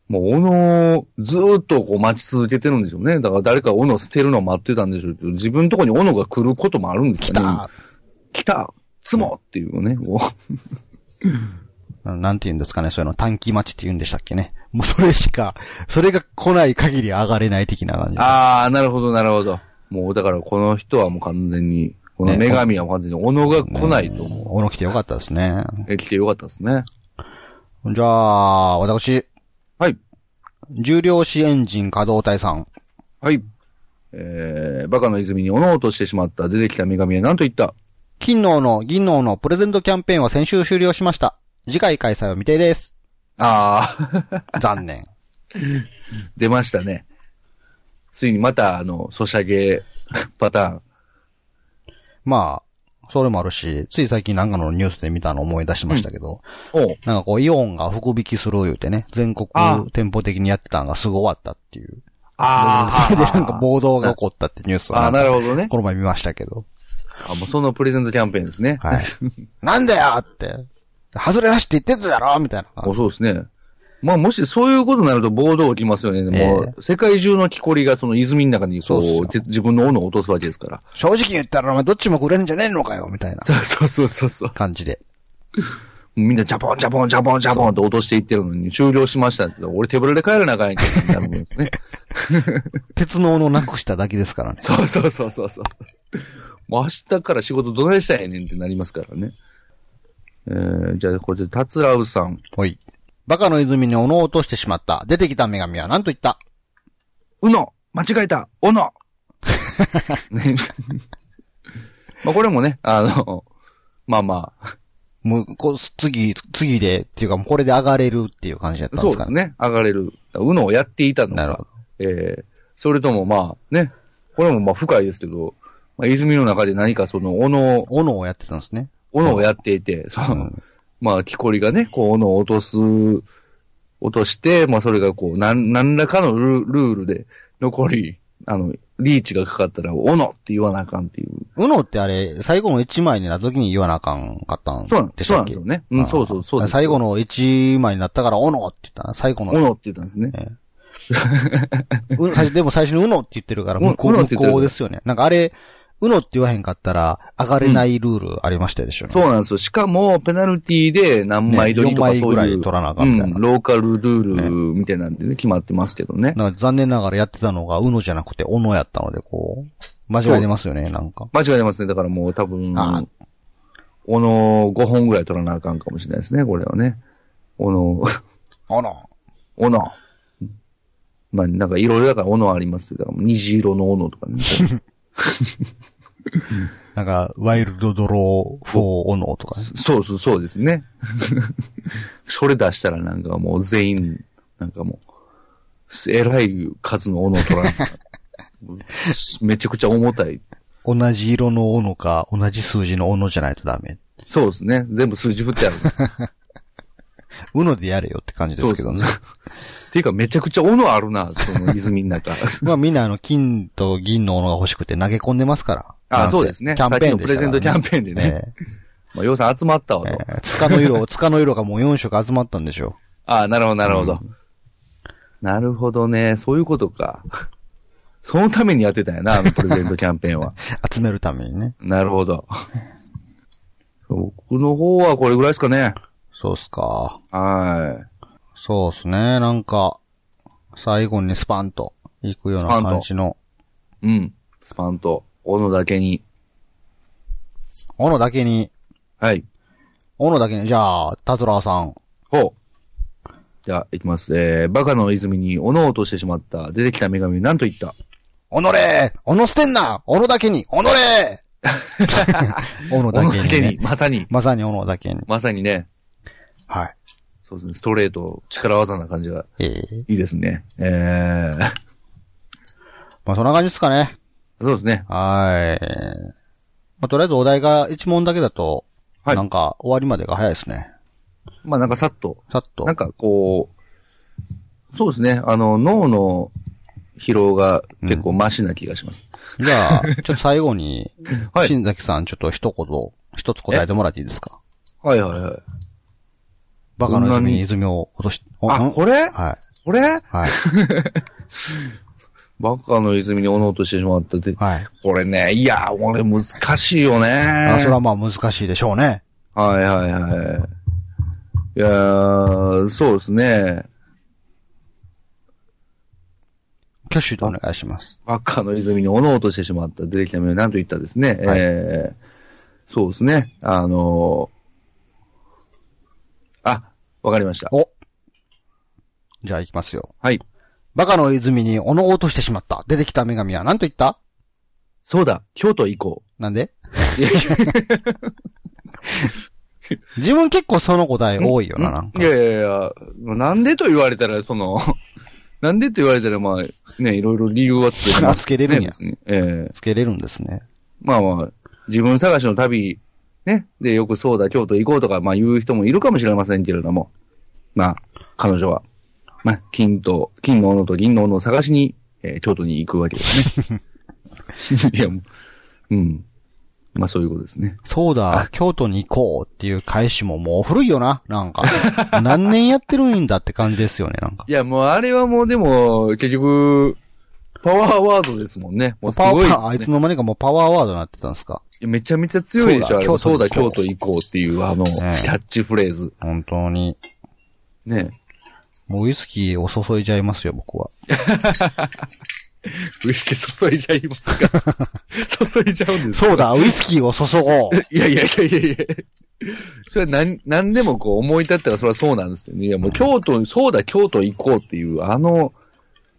Speaker 2: もう斧をずーっとこう待ち続けてるんでしょうね。だから誰か斧捨てるのを待ってたんでしょうけど、自分のとこに斧が来ることもあるんです
Speaker 1: 来た
Speaker 2: よね。来た来た積もうっていうね。もう
Speaker 1: なんて言うんですかね、そういうの短期待ちって言うんでしたっけね。もうそれしか、それが来ない限り上がれない的な感じ。
Speaker 2: ああ、なるほど、なるほど。もう、だから、この人はもう完全に、この女神は完全に、斧が来ないと、
Speaker 1: もう斧来てよかったですね。
Speaker 2: え来てよかったですね。
Speaker 1: じゃあ、私、
Speaker 2: はい。
Speaker 1: 重量子エンジン稼働体さん。
Speaker 2: はい。えー、バカの泉に斧を落としてしまった出てきた女神は何と言った
Speaker 1: 金のの銀ののプレゼントキャンペーンは先週終了しました。次回開催は未定です。
Speaker 2: ああ、
Speaker 1: 残 念。
Speaker 2: 出ましたね。ついにまた、あの、ソシャゲ パターン。
Speaker 1: まあ、それもあるし、つい最近なんかのニュースで見たのを思い出しましたけど、
Speaker 2: おう
Speaker 1: なんかこうイオンが福引きする言うてね、全国
Speaker 2: あ
Speaker 1: 店舗的にやってたんがすぐ終わったっていう。
Speaker 2: あ
Speaker 1: それで なんか暴動が起こったってニュース
Speaker 2: あ
Speaker 1: は
Speaker 2: あ、なるほどね。
Speaker 1: この前見ましたけど。
Speaker 2: あもうそのプレゼントキャンペーンですね。
Speaker 1: はい。なんだよって。外れなしって言ってただろみたいな。
Speaker 2: おそうですね。まあ、もしそういうことになると暴動起きますよね。もう、世界中の木こりがその泉の中に
Speaker 1: そうっす
Speaker 2: こ
Speaker 1: よ
Speaker 2: う、て自分の斧を落とすわけですから。
Speaker 1: 正直に言ったら、お前どっちもくれるんじゃねえのかよ、みたいな
Speaker 2: そうそうそうそう。
Speaker 1: 感じで。
Speaker 2: みんなジャポンジャポンジャポンジャポンと落としていってるのに終了しましたって。俺手ぶらで帰らなあかんやんけみたいなもんですね。
Speaker 1: 鉄の斧なくしただけですからね。
Speaker 2: そうそうそうそうそう。もう明日から仕事どないしたんやねんってなりますからね。えー、じゃあこれで、タツラウさん。
Speaker 1: ほい。バカの泉に斧を落としてしまった。出てきた女神は何と言った
Speaker 2: うの間違えたおのね まあこれもね、あの、まあまあ、
Speaker 1: もう、こう、次、次で、っていうか、もうこれで上がれるっていう感じだったんで
Speaker 2: そう
Speaker 1: す
Speaker 2: で
Speaker 1: か
Speaker 2: す
Speaker 1: ね。
Speaker 2: ね。上がれる。うのをやっていたの
Speaker 1: なるほ
Speaker 2: か。えー、それともまあね、これもまあ深いですけど、まあ、泉の中で何かその、斧を、
Speaker 1: 斧をやってたんですね。
Speaker 2: 斧をやっていて、その、
Speaker 1: うん
Speaker 2: まあ、木こりがね、こう、斧を落とす、落として、まあ、それがこう、なん、何らかのルルールで、残り、あの、リーチがかかったら、斧って言わなあかんっていう。
Speaker 1: 斧ってあれ、最後の1枚になった時に言わなあかんかったんでし
Speaker 2: そう
Speaker 1: た
Speaker 2: な
Speaker 1: っ
Speaker 2: ん
Speaker 1: け
Speaker 2: そうなんですよね。うん、そうそう、そうです。
Speaker 1: 最後の1枚になったから、斧って言ったな最後の。
Speaker 2: 斧って言ったんですね。
Speaker 1: う最初でも最初に斧って言ってるから、
Speaker 2: うん
Speaker 1: 向こう、
Speaker 2: 斧っ
Speaker 1: 向
Speaker 2: て言ってる
Speaker 1: こうですよね。なんかあれ、斧って言わへんかったら、上がれないルールありましたでしょうね。
Speaker 2: そうなんですよ。しかも、ペナルティで何枚取りとか
Speaker 1: ね
Speaker 2: そう
Speaker 1: 四枚ぐら
Speaker 2: いう、
Speaker 1: い取らなあかんみたいな
Speaker 2: うん、ローカルルールみたいなんでね、決まってますけどね。
Speaker 1: なんか残念ながらやってたのが、うのじゃなくて、おのやったので、こう、間違えてますよね、なんか。
Speaker 2: 間違いますね。だからもう多分
Speaker 1: あ、
Speaker 2: 斧5本ぐらい取らなあかんかもしれないですね、これはね。斧、
Speaker 1: おの。
Speaker 2: 斧。まあ、なんかいろいろだから斧ありますけど、だから虹色の斧とかね。
Speaker 1: なんか、ワイルドドロー4おのとかね。
Speaker 2: そうそう、そうですね。 それ出したらなんかもう全員、なんかもう、えらい数の斧を取らない。めちゃくちゃ重たい。
Speaker 1: 同じ色のおのか、同じ数字のおのじゃないとダメ。
Speaker 2: そうですね。全部数字振ってある。
Speaker 1: うのでやれよって感じですけどね。
Speaker 2: っていうかめちゃくちゃ斧あるな、その泉の中。
Speaker 1: まあみんなあの、金と銀の斧が欲しくて投げ込んでますから。
Speaker 2: あ
Speaker 1: なんせ
Speaker 2: そうですね
Speaker 1: キャンペーンでしたから、ね。
Speaker 2: さっきのプレゼントキャンペーンでね
Speaker 1: え
Speaker 2: まあ、要さん集まったわ
Speaker 1: え
Speaker 2: と。
Speaker 1: ええつかの色、つかの色がもう4色集まったんでしょ
Speaker 2: ああ、なるほど、なるほど。なるほどね。そういうことか。そのためにやってたんやな、あのプレゼントキャンペーンは。
Speaker 1: う。集めるためにね。
Speaker 2: なるほど。僕の方はこれぐらいですかね。
Speaker 1: そうっすか。
Speaker 2: は
Speaker 1: そうっすね。なんか、最後にスパンと行くような感じの。
Speaker 2: い。うん。スパンと、斧だけに。
Speaker 1: 斧だけに、
Speaker 2: はい。
Speaker 1: 斧だけに、じゃあ、タズラーさん。
Speaker 2: ほう。じゃあ、いきます。えー、バカの泉に斧を落としてしまった。出てきた女神、なんと言った
Speaker 1: おのれおの捨てんなおのだけにおのれ おのだ
Speaker 2: 斧
Speaker 1: け
Speaker 2: だ
Speaker 1: に、
Speaker 2: け
Speaker 1: ね。
Speaker 2: に。まさに。
Speaker 1: まさにおのだけに。
Speaker 2: まさにね。
Speaker 1: はい。
Speaker 2: そうですね。ストレート、力技な感じが
Speaker 1: ええ
Speaker 2: いいですね。えー、
Speaker 1: まあそんな感じですかね。
Speaker 2: そうですね。
Speaker 1: はい。まあ、とりあえずお題が一問だけだと、
Speaker 2: はい
Speaker 1: なんか終わりまでが早いですね。
Speaker 2: まあなんかさっと、
Speaker 1: さっと。
Speaker 2: なんかこう、そうですね。あの、脳の疲労が結構マシな気がします。
Speaker 1: じゃあ、ちょっと最後に、
Speaker 2: はい
Speaker 1: 新崎さんちょっと一言、一つ答えてもらっていいですか
Speaker 2: はいはいはい。
Speaker 1: バカの
Speaker 2: そんな
Speaker 1: 泉
Speaker 2: に
Speaker 1: に泉を落とし、お
Speaker 2: あ、
Speaker 1: ん
Speaker 2: これ
Speaker 1: はい。
Speaker 2: これ
Speaker 1: はい。
Speaker 2: バカの泉におのうとしてしまったって。
Speaker 1: はい。
Speaker 2: これね、いや、俺難しいよね。
Speaker 1: あそれはまあ難しいでしょうね。
Speaker 2: はいはいはい。いやーそうですね。
Speaker 1: 挙手でお願いします。
Speaker 2: バカの泉におのうとしてしまった。出てきた目は何と言ったですね。
Speaker 1: はい
Speaker 2: えーそうですね。あのーあ、わかりました。
Speaker 1: おじゃあ行きますよ。
Speaker 2: はい。
Speaker 1: バカの泉に斧を落としてしまった。出てきた女神は何と言った
Speaker 2: そうだ、京都行こ
Speaker 1: なんで
Speaker 2: う。いやいや
Speaker 1: 自分結構その答え多いよな、なんか
Speaker 2: い。やいやいや、なんでと言われたら、その、 なんでと言われたら、まあ、ね、いろいろ理由はつけ
Speaker 1: あつけれ るんや。
Speaker 2: ね別にええ
Speaker 1: つけれるんですね。
Speaker 2: まあまあ、自分探しの旅、ね、で、よくそうだ、京都行こうとか、まあ言う人もいるかもしれませんけれども、まあ、彼女は、まあ、金と、金の斧と銀の斧を 探しに、えー京都に行くわけですね。いや、もう、うん。まあそういうことですね。
Speaker 1: そうだ、京都に行こうっていう返しももう古いよな、なんか。何年やってるんだって感じですよね、なんか。
Speaker 2: いや、もうあれはもうでも、結局、パワーワードですもんね。 もうす
Speaker 1: パ
Speaker 2: ご
Speaker 1: ワ
Speaker 2: い、
Speaker 1: ー、あいつの間にかもうパワーワードになってたんですか。
Speaker 2: めちゃめちゃ強いでしょ、あれ
Speaker 1: そ
Speaker 2: そうう
Speaker 1: だ
Speaker 2: だ、
Speaker 1: 京
Speaker 2: 京
Speaker 1: 都
Speaker 2: 都行こうっていう、あの、キ
Speaker 1: ね
Speaker 2: ャッチフレーズ。
Speaker 1: 本当に。
Speaker 2: ね。
Speaker 1: もうウイスキーを注いじゃいますよ、僕は。
Speaker 2: ウイスキー注いじゃいますか 注いじゃうんですか
Speaker 1: そう。だ、ウイスキーを注ごう。
Speaker 2: いやいやいやいやいや。それは何、何でもこう思い立ったらそれはそうなんですけどね。いやもう京都、そうだ、京都行こうっていう、あの、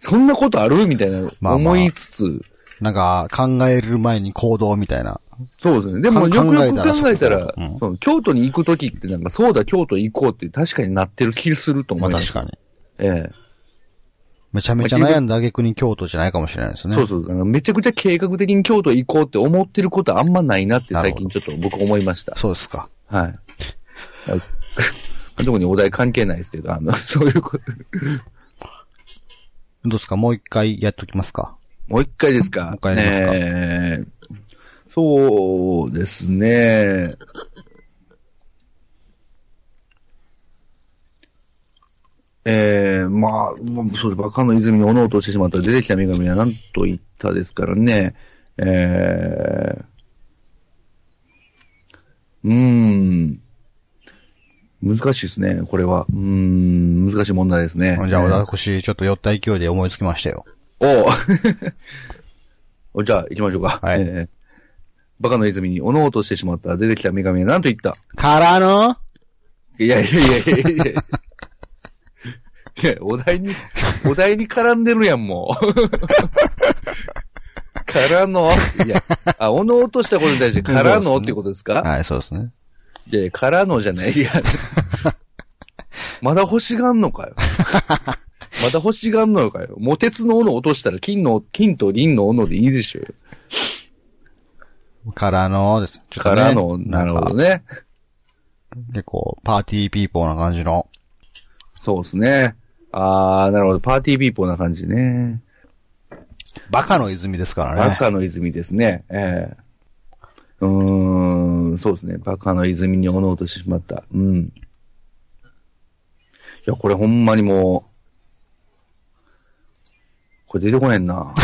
Speaker 2: そんなことあるみたいな
Speaker 1: まあ
Speaker 2: 思いつつ、
Speaker 1: なんか、考える前に行動みたいな。
Speaker 2: そうですね。でも、よ
Speaker 1: か
Speaker 2: くよく考えたら、
Speaker 1: 考えたらうん
Speaker 2: その京都に行くときってなんか、そうだ、京都行こうって確かになってる気すると
Speaker 1: ま
Speaker 2: 思
Speaker 1: あ
Speaker 2: いま
Speaker 1: 確
Speaker 2: す。
Speaker 1: かに。
Speaker 2: ええ
Speaker 1: めちゃめちゃ悩んだ逆に京都じゃないかもしれないですね。
Speaker 2: そうそう。なんかめちゃくちゃ計画的に京都行こうって思ってることあんまないなって
Speaker 1: なる
Speaker 2: 最
Speaker 1: ほど
Speaker 2: 近ちょっと僕思いました。
Speaker 1: そうですか。
Speaker 2: はい。あ 特にお題関係ないですけど、あの、そういうこと。
Speaker 1: どうですかもう一回やっときますか。
Speaker 2: もう一回ですか。
Speaker 1: もう一回やりますか
Speaker 2: えーそうですね。えー、まあ、まあそうです。バカの泉に斧を落としてしまったら出てきた女神は何と言ったですからね。えー、うーん。難しいですね、これは。うーん、難しい問題ですね。
Speaker 1: じゃあ私、ちょっと酔った勢いで思いつきましたよ。
Speaker 2: おうじゃあ、行きましょうか。
Speaker 1: はい
Speaker 2: えーバカの泉に斧を落としてしまった出てきた女神は何と言った
Speaker 1: からの
Speaker 2: いやいやいやいや いやいや。いや、お題に、お題に絡んでるやん、もう。 からの、いや、あ、斧を落としたことに対して、からのってことですか
Speaker 1: はい、そうですね。
Speaker 2: いやいや、からのじゃない。いや、まだ欲しがん のかよ。まだ欲しがんのかよ。もう鉄の斧落としたら金の、金と銀の斧でいいでしょうよ。
Speaker 1: からのです。ちょっと
Speaker 2: か
Speaker 1: ね
Speaker 2: らの、なるほど。
Speaker 1: んか
Speaker 2: ね。
Speaker 1: 結構、パーティーピーポーな感じの。
Speaker 2: そうですね。あー、なるほど。パーティーピーポーな感じね。
Speaker 1: バカの泉ですから
Speaker 2: バ
Speaker 1: ね。
Speaker 2: カの泉ですね。ええうーん、そうですね。バカの泉に斧を落としてしまった。うん。いや、これほんまにもう、これ出てこへんな。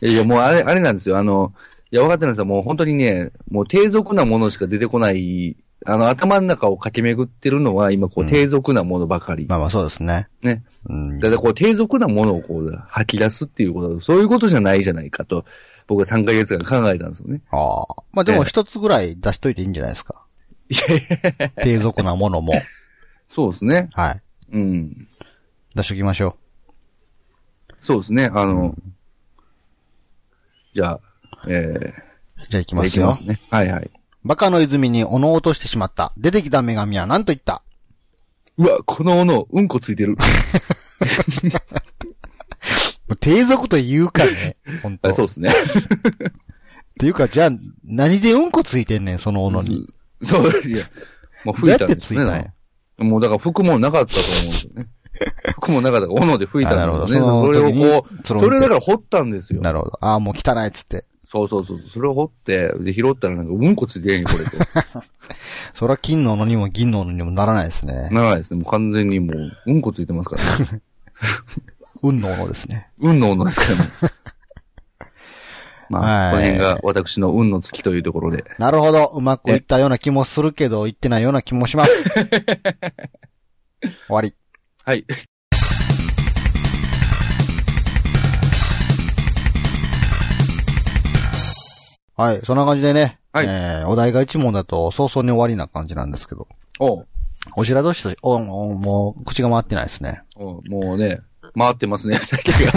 Speaker 2: いやいや、もうあれ、あれなんですよ。あの、いや、分かってるんですよ。もう本当にね、もう低俗なものしか出てこない、あの、頭の中を駆け巡ってるのは、今、こう、低俗なものばかり。
Speaker 1: まあまあそうですね。
Speaker 2: ね。
Speaker 1: うん。
Speaker 2: だからこう、低俗なものをこう、吐き出すっていうこと、そういうことじゃないじゃないかと、僕は3ヶ月間考えたんですよね。
Speaker 1: ああ。まあでも一つぐらい出しといていいんじゃないですか。
Speaker 2: いやいや
Speaker 1: 低俗なもの も。
Speaker 2: そうですね。
Speaker 1: はい。
Speaker 2: うん。
Speaker 1: 出しときましょ
Speaker 2: そうですね。あの、じゃあ、え
Speaker 1: う。じゃあ行き
Speaker 2: ー、
Speaker 1: ま
Speaker 2: い
Speaker 1: す
Speaker 2: き
Speaker 1: よ
Speaker 2: ま。すね。はいはい。
Speaker 1: バカの泉に斧を落としてしまった。出てきた女神は何と言った
Speaker 2: うわ、この斧、うんこつい てる。
Speaker 1: もう低俗というか ね。本当
Speaker 2: あそうですね。
Speaker 1: っていうか、じゃあ、何でうんこついてんねん、その斧に。
Speaker 2: そう、いや、
Speaker 1: ど
Speaker 2: もう
Speaker 1: う
Speaker 2: 吹
Speaker 1: や
Speaker 2: い
Speaker 1: った
Speaker 2: ん
Speaker 1: て
Speaker 2: で
Speaker 1: つい
Speaker 2: す
Speaker 1: た
Speaker 2: ね。
Speaker 1: んや
Speaker 2: もうだから服もなかったと思うんです よね。服もなかったから、斧で吹いたんですよね。
Speaker 1: あな
Speaker 2: そ
Speaker 1: る
Speaker 2: れ
Speaker 1: ほどその時に
Speaker 2: をこう、
Speaker 1: つるんで
Speaker 2: それをだから掘ったんですよ。
Speaker 1: なるほど。ああ、もう汚いっつって。
Speaker 2: そうそうそう。それを掘って、で、拾ったらなんか、うんこついてんよ、こ れと。
Speaker 1: そら金の斧にも銀の斧にもならないですね。
Speaker 2: ならないですね。もう完全にもう、うんこついてますから、ね。
Speaker 1: 運の斧ですね。
Speaker 2: 運の斧ですから ね。ま
Speaker 1: はい
Speaker 2: あ、この辺が私の運の尽きというところで。
Speaker 1: なるほど。うまくいったような気もするけど、いってないような気もし ます。終わり。
Speaker 2: はい。
Speaker 1: はい、そんな感じでね。
Speaker 2: はい
Speaker 1: えー、お題が一問だと早々に終わりな感じなんですけど。
Speaker 2: おう
Speaker 1: お知らどしとし、おおもう、口が回ってないですね。
Speaker 2: おうもうね、回ってますね、 酒が。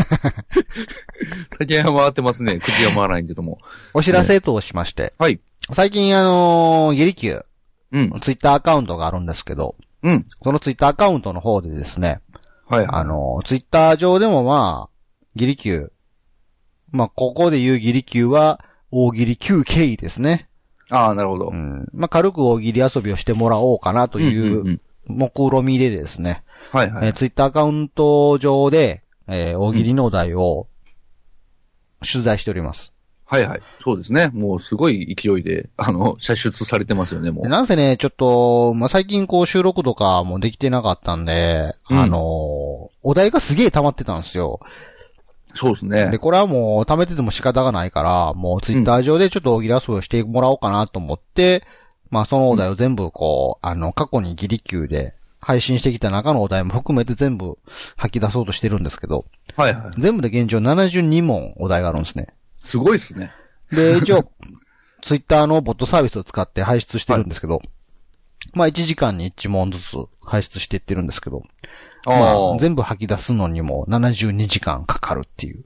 Speaker 2: 酒が回ってますね。口が回らないけども。
Speaker 1: お知らせとしまして。
Speaker 2: はい。
Speaker 1: 最近、あのー、ギリキュ
Speaker 2: うん。
Speaker 1: ー、ツイッターアカウントがあるんですけど、
Speaker 2: うん。
Speaker 1: そのツイッターアカウントの方でですね、
Speaker 2: はい。
Speaker 1: あの、ツイッター上でもまあ、ギリ級。まあ、ここで言うギリ級は、大ギリ級経緯ですね。
Speaker 2: ああ、なるほど
Speaker 1: う。ん。まあ、軽く大ギリ遊びをしてもらおうかなとい
Speaker 2: んん
Speaker 1: う、
Speaker 2: ん
Speaker 1: 目論みでですね、
Speaker 2: はいは
Speaker 1: え
Speaker 2: い。
Speaker 1: ーツイッターアカウント上で、えー大ギリのお題を、出題しております。
Speaker 2: はいはい。そうですね。もうすごい勢いで、あの、射出されてますよね、も
Speaker 1: で
Speaker 2: う。
Speaker 1: なんせね、ちょっと、まあ、最近こう収録とかもできてなかったんで、
Speaker 2: うん
Speaker 1: あのーお題がすげえ溜まってたんですよ。
Speaker 2: そうです
Speaker 1: で、
Speaker 2: ね。
Speaker 1: これはもう溜めてても仕方がないから、もうツイッター上でちょっと大喜利遊びをしてもらおうかなと思って、まあそのお題を全部こう、あの、過去にギリ級で配信してきた中のお題も含めて全部吐き出そうとしてるんですけど、
Speaker 2: はいはい。
Speaker 1: 全部で現状72問お題があるんですね。
Speaker 2: すごいですね。
Speaker 1: で、一応、ツイッターのボットサービスを使って排出してるんですけど、まあ1時間に1問ずつ排出していってるんですけど、ま
Speaker 2: あ
Speaker 1: あ
Speaker 2: あ。
Speaker 1: 全部吐き出すのにも72時間かかるっていう。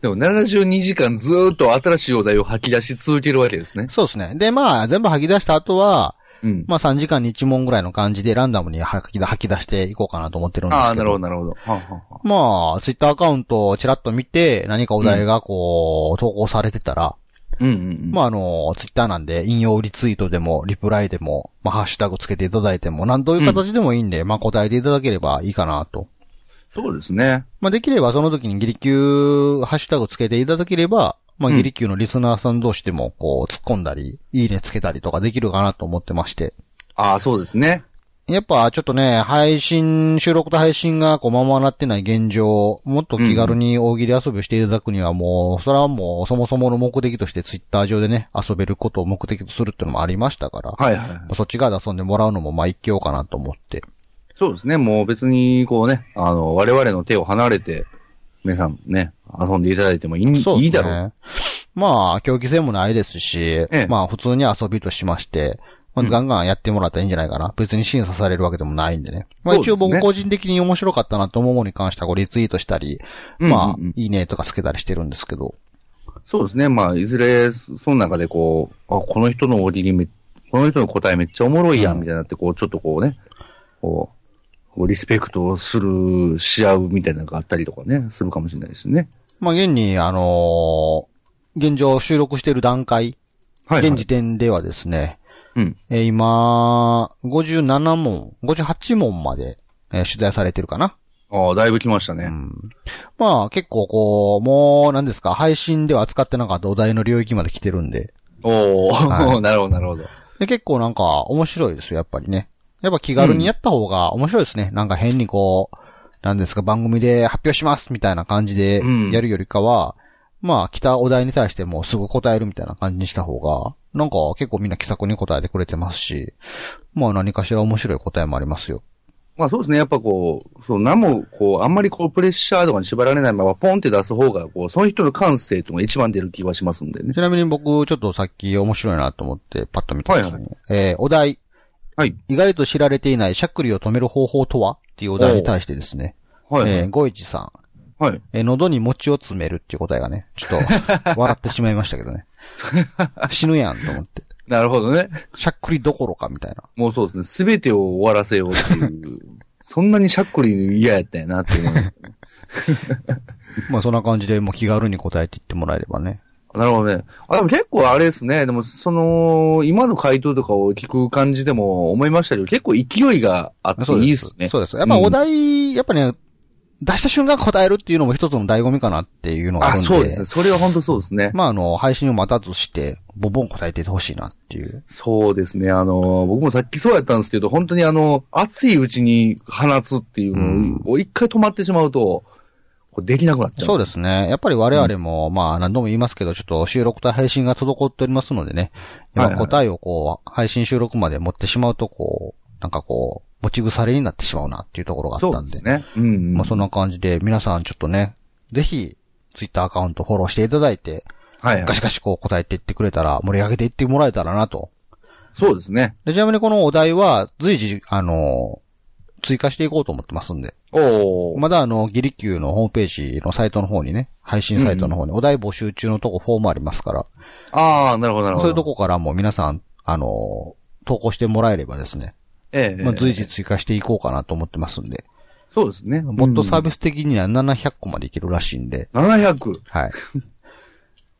Speaker 2: でも72時間ずーっと新しいお題を吐き出し続けるわけですね。
Speaker 1: そうですね。で、まあ全部吐き出した後は、
Speaker 2: うん。
Speaker 1: まあ3時間に1問ぐらいの感じでランダムに吐き出吐き出していこうかなと思ってるんですけ
Speaker 2: あ
Speaker 1: ど。
Speaker 2: あ、なるほど、なるほど。はあはあは
Speaker 1: まあ、ツイッターアカウントをチラッと見て、何かお題がこう、投稿されてたら、
Speaker 2: あうんうんうん。
Speaker 1: まああの、ツイッターなんで、引用リツイートでも、リプライでも、まあハッシュタグつけていただいても、なんどういう形でもいいんで、まあ答えていただければいいかなと。
Speaker 2: そうですね。
Speaker 1: まあできればその時にギリキューハッシュタグつけていただければ、まあ
Speaker 2: うん
Speaker 1: ギリキューのリスナーさん同士でも、こう、突っ込んだり、いいねつけたりとかできるかなと思ってまして。
Speaker 2: ああ、そうですね。
Speaker 1: やっぱちょっとね、配信、収録と配信がこうままなってない現状、もっと気軽に大喜利遊びをしていただくにはもう、それはもうそもそもの目的としてツイッター上でね、遊べることを目的とするっていうのもありましたから、
Speaker 2: はいはい。
Speaker 1: そっち側で遊んでもらうのもまあ一興かなと思って。
Speaker 2: そうですね。もう別に、こうね、あの、我々の手を離れて、皆さんね、遊んでいただいてもいい,、
Speaker 1: そう
Speaker 2: い
Speaker 1: で
Speaker 2: い
Speaker 1: す
Speaker 2: だろう。
Speaker 1: ね。まあ、競技性もないですし、
Speaker 2: え
Speaker 1: まあ普通に遊びとしまして、まあ、
Speaker 2: うん
Speaker 1: ガンガンやってもらったらいいんじゃないかな。別に審査されるわけでもないんでね。まあ
Speaker 2: そうで
Speaker 1: 一
Speaker 2: すね
Speaker 1: 応僕個人的に面白かったなと思うものに関してはこうリツイートしたり、
Speaker 2: うんうんうん
Speaker 1: まあ、いいねとかつけたりしてるんですけど。
Speaker 2: そうですね。まあ、いずれ、その中でこう、あ、この人のおじりめ、この人の答えめっちゃおもろいや
Speaker 1: うん
Speaker 2: ん、みたいになって、こう、ちょっとこうね、こう、こうリスペクトをする、し合うみたいなのがあったりとかね、するかもしれないですね。
Speaker 1: まあ、現に、あのー現状収録してる段階、
Speaker 2: はい、はい。
Speaker 1: 現時点ではですね、
Speaker 2: うん。
Speaker 1: えー今、57問、58問まで、えー取材されてるかな。
Speaker 2: ああ、だいぶ来ましたね。
Speaker 1: うん。まあ、結構こう、もう、何ですか、配信では扱ってなかったお題の領域まで来てるんで、
Speaker 2: おお、
Speaker 1: は
Speaker 2: なるほど、なるほど。
Speaker 1: で結構なんか面白いですよ、やっぱりね。やっぱ気軽にやった方が面白いですね。なんか変にこう、なんですか、番組で発表しますみたいな感じで
Speaker 2: うん
Speaker 1: やるよりかは、まあ来たお題に対してもうすぐ答えるみたいな感じにした方が、なんか結構みんな気さくに答えてくれてますし、まあ何かしら面白い答えもありますよ。
Speaker 2: まあそうですね、やっぱこう、そう、何も、こう、あんまりこう、プレッシャーとかに縛られないまま、ポンって出す方が、こう、その人の感性とか一番出る気はしますんでね。
Speaker 1: ちなみに僕ちょっとさっき面白いなと思ってパッと見たんですけど、
Speaker 2: は
Speaker 1: えーお題、
Speaker 2: はい。
Speaker 1: 意外と知られていないしゃっくりを止める方法とはっていうお題に対してですね、
Speaker 2: はい。
Speaker 1: えー、ごいちさん、
Speaker 2: はい。
Speaker 1: えー、喉に餅を詰めるっていう答えがね、ちょっと、笑ってしまいましたけど ね。死ぬやんと思って。
Speaker 2: なるほどね。
Speaker 1: しゃっくりどころかみたいな。
Speaker 2: もうそうですね、すべてを終わらせようって いう。そんなにしゃっくり嫌やったんやなって思います。
Speaker 1: まあそんな感じで、もう気軽に答えていってもらえればね。
Speaker 2: なるほどね。あ、でも結構あれですね。でも、その、今の回答とかを聞く感じでも思いましたけど、結構勢いがあって
Speaker 1: そうです。
Speaker 2: いいですね。
Speaker 1: そうです。やっぱお題、やっぱね、出した瞬間答えるっていうのも一つの醍醐味かなっていうのがあるん
Speaker 2: あ、
Speaker 1: で。
Speaker 2: そうですね。それは本当そうですね。
Speaker 1: まああの、配信を待たずして、ボンボン答えていってほしいなっていう。
Speaker 2: そうですね。あの、僕もさっきそうやったんですけど、本当にあの、熱いうちに放つっていう
Speaker 1: うん
Speaker 2: のを、一回止まってしまうと、こうできなくなっちゃう。
Speaker 1: そうですね。やっぱり我々も、まあ何度も言いますけど、ちょっと収録と配信が滞っておりますのでね。
Speaker 2: はいはい
Speaker 1: 今答えをこう、配信収録まで持ってしまうと、こう、なんかこう、持ち腐れになってしまうなっていうところがあっ
Speaker 2: そ
Speaker 1: た
Speaker 2: うんで
Speaker 1: で。
Speaker 2: すね。うん、うん。
Speaker 1: まあそんな感じで、皆さんちょっとね、ぜひ、ツイッターアカウントフォローしていただいて、
Speaker 2: はいは
Speaker 1: ガ
Speaker 2: い。
Speaker 1: シガシこう答えていってくれたら、盛り上げていってもらえたらなと。
Speaker 2: そうですね。
Speaker 1: でちなみにこのお題は、随時、あの追加していこうと思ってますんで。
Speaker 2: おお、
Speaker 1: まだあの、ギリキューのホームページのサイトの方にね、配信サイトの方にお題募集中のとこフォームありますから、
Speaker 2: ああ、なるほど、なるほ
Speaker 1: そう
Speaker 2: ど。
Speaker 1: いうとこからも皆さん、あの、投稿してもらえればですね、
Speaker 2: ええ、
Speaker 1: まあ、随時追加していこうかなと思ってますんで、
Speaker 2: そうですね。
Speaker 1: ボットサー
Speaker 2: ビ
Speaker 1: ビス的には700個までいけるらしいんで、
Speaker 2: ス。700。
Speaker 1: はい。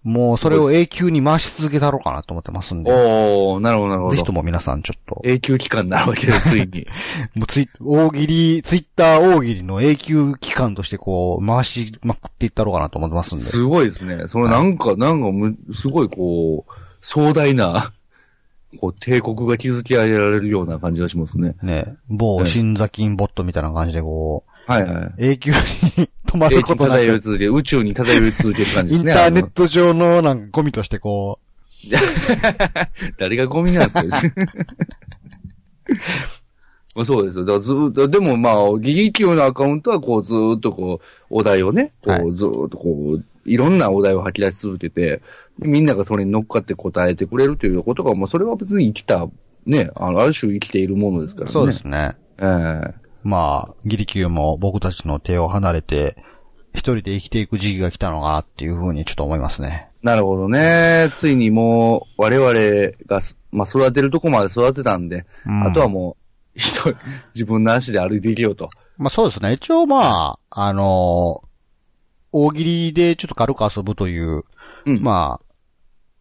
Speaker 1: もうそれを永久に回し続けたろうかなと思ってますんで。
Speaker 2: おー、なるほど、なるほど。
Speaker 1: ぜひとも皆さんちょっと、
Speaker 2: 永久期間になるわけで、 ついに。
Speaker 1: もうツイ、大喜利、ツイッター大喜利の永久期間としてこう、回しまくっていったろうかなと思ってますんで。
Speaker 2: すごいですね。そのなんか、なんかむ、すごいこう、壮大な、 こう、帝国が築き上げられるような感じがしますね。
Speaker 1: ね、某新座金ボットみたいな感じでこ
Speaker 2: はいはい。
Speaker 1: う、永久に止ま
Speaker 2: 永
Speaker 1: る
Speaker 2: 久
Speaker 1: こ
Speaker 2: に
Speaker 1: とな
Speaker 2: 漂い
Speaker 1: く、
Speaker 2: 続ける、宇宙に漂い続ける感じ
Speaker 1: イ
Speaker 2: で
Speaker 1: ン
Speaker 2: すね。
Speaker 1: ターネット上のなんかゴミとしてこう、
Speaker 2: あの誰がゴミなんですか まあそうですよ。だからずーっと、でもまあ、ギリキューのアカウントはこうずーっとこう、お題をね、こ
Speaker 1: は
Speaker 2: うずーっとこう、いろんなお題を吐き出し続けて、みんながそれに乗っかって答えてくれるということが、もうそれは別に生きた、ね、あの、ある種生きているものですからね。
Speaker 1: そうで。すね。
Speaker 2: ええ
Speaker 1: まあ、ギリキューも僕たちの手を離れて、一人で生きていく時期が来たのかなっていうふうにちょっと思いますね。
Speaker 2: なるほどね。ついにもう、我々がす、まあ、育てるとこまで育てたんで、
Speaker 1: うん
Speaker 2: あとはもう、一人、自分の足で歩いていけようと。
Speaker 1: まあそうですね。一応まあ、あのー大喜利でちょっと軽く遊ぶという、
Speaker 2: うん
Speaker 1: まあ、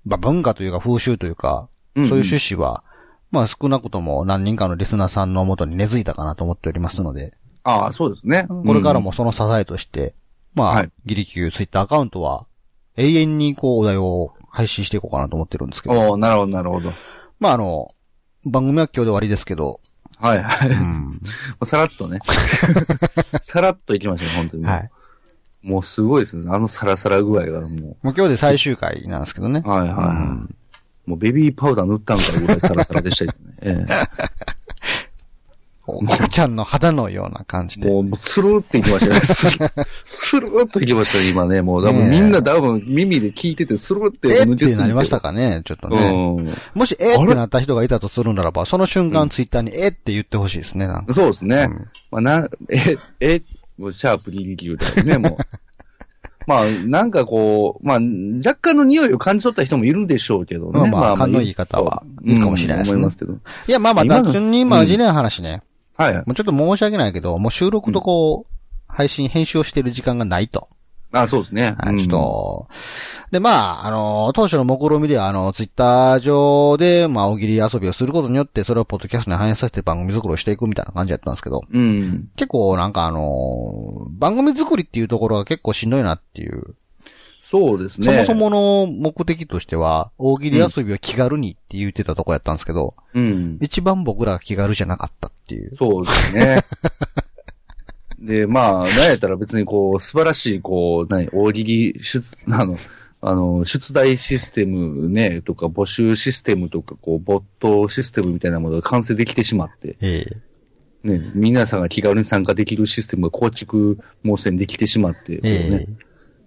Speaker 1: まあ文化というか風習というか、
Speaker 2: うんうん
Speaker 1: そういう趣旨は、まあ少なくとも何人かのリスナーさんのもとに根付いたかなと思っておりますので、
Speaker 2: ああ、そうですね。
Speaker 1: これからもその支えとして、まあ、
Speaker 2: はい
Speaker 1: ギリキューツイッターアカウントは永遠にこうお題を配信していこうかなと思ってるんですけ
Speaker 2: うん。
Speaker 1: ど、
Speaker 2: おおなるほど、なるほど。
Speaker 1: まああの、番組は今日で終わりですけど、
Speaker 2: はいはい。
Speaker 1: う
Speaker 2: も
Speaker 1: ん、
Speaker 2: うさらっ とね。さらっといきましたね、本当に。
Speaker 1: はい。
Speaker 2: もうすごいですね。あのサラサラ具合がも
Speaker 1: もう今日で最終回なんですけどね
Speaker 2: う。。はいはい。
Speaker 1: うん
Speaker 2: もうベビーパウダー塗ったんかぐらいサラサラでしたけどね。え
Speaker 1: こう赤ちゃんの肌のような感じ
Speaker 2: え、
Speaker 1: で。
Speaker 2: もうもうスルーっていき ましたね。スルースルーっといきましたね、今ね。もう多分
Speaker 1: ねえ
Speaker 2: みんな多分耳で聞いててスルーって
Speaker 1: えっ
Speaker 2: 抜けすぎ
Speaker 1: て
Speaker 2: て
Speaker 1: なりましたかねちょっとね。
Speaker 2: うん。
Speaker 1: もし、えってなった人がいたとするならば、その瞬間ツイッターに、えって言ってほしいですね、なんか。
Speaker 2: そうですね。
Speaker 1: うん
Speaker 2: まあ、な、え、え、もうシャープギリギリだよね、 もう。まあ、なんかこう、まあ、若干の匂いを感じ取った人もいるでしょうけどね。
Speaker 1: まあまあ勘のいい方はいるかもしれないですね
Speaker 2: うん思いますけど。
Speaker 1: いや、まあまあ、
Speaker 2: 今の
Speaker 1: 単純に、まあ、事例の話ね。
Speaker 2: はい。
Speaker 1: もうちょっと申し訳ないけど、もう収録とこう、配信、編集をしてる時間がないと。
Speaker 2: あそうですね。
Speaker 1: はい、ちょっと。で、まあ、あの、当初の目論見みでは、あの、ツイッター上で、まあ、大喜利遊びをすることによって、それをポッドキャストに反映させて番組作りをしていくみたいな感じだったんですけど、
Speaker 2: うん。うん。
Speaker 1: 結構なんかあの、番組作りっていうところが結構しんどいなっていう
Speaker 2: そうですね。
Speaker 1: そもそ。もの目的としては、大喜利遊びは気軽にって言ってたとこやったんですけど、
Speaker 2: うん。
Speaker 1: 一番僕らが気軽じゃなかったっていう。
Speaker 2: そうで すね。で、まあ、なんやったら別にこう、素晴らしい、こう、何、大喜利、出、あの、あの、出題システムね、とか、募集システムとか、こう、ボットシステムみたいなものが完成できてしまって、
Speaker 1: ええ。
Speaker 2: ね、皆さんが気軽に参加できるシステムが構築、もうすでにできてしまって、
Speaker 1: ええ。
Speaker 2: ね、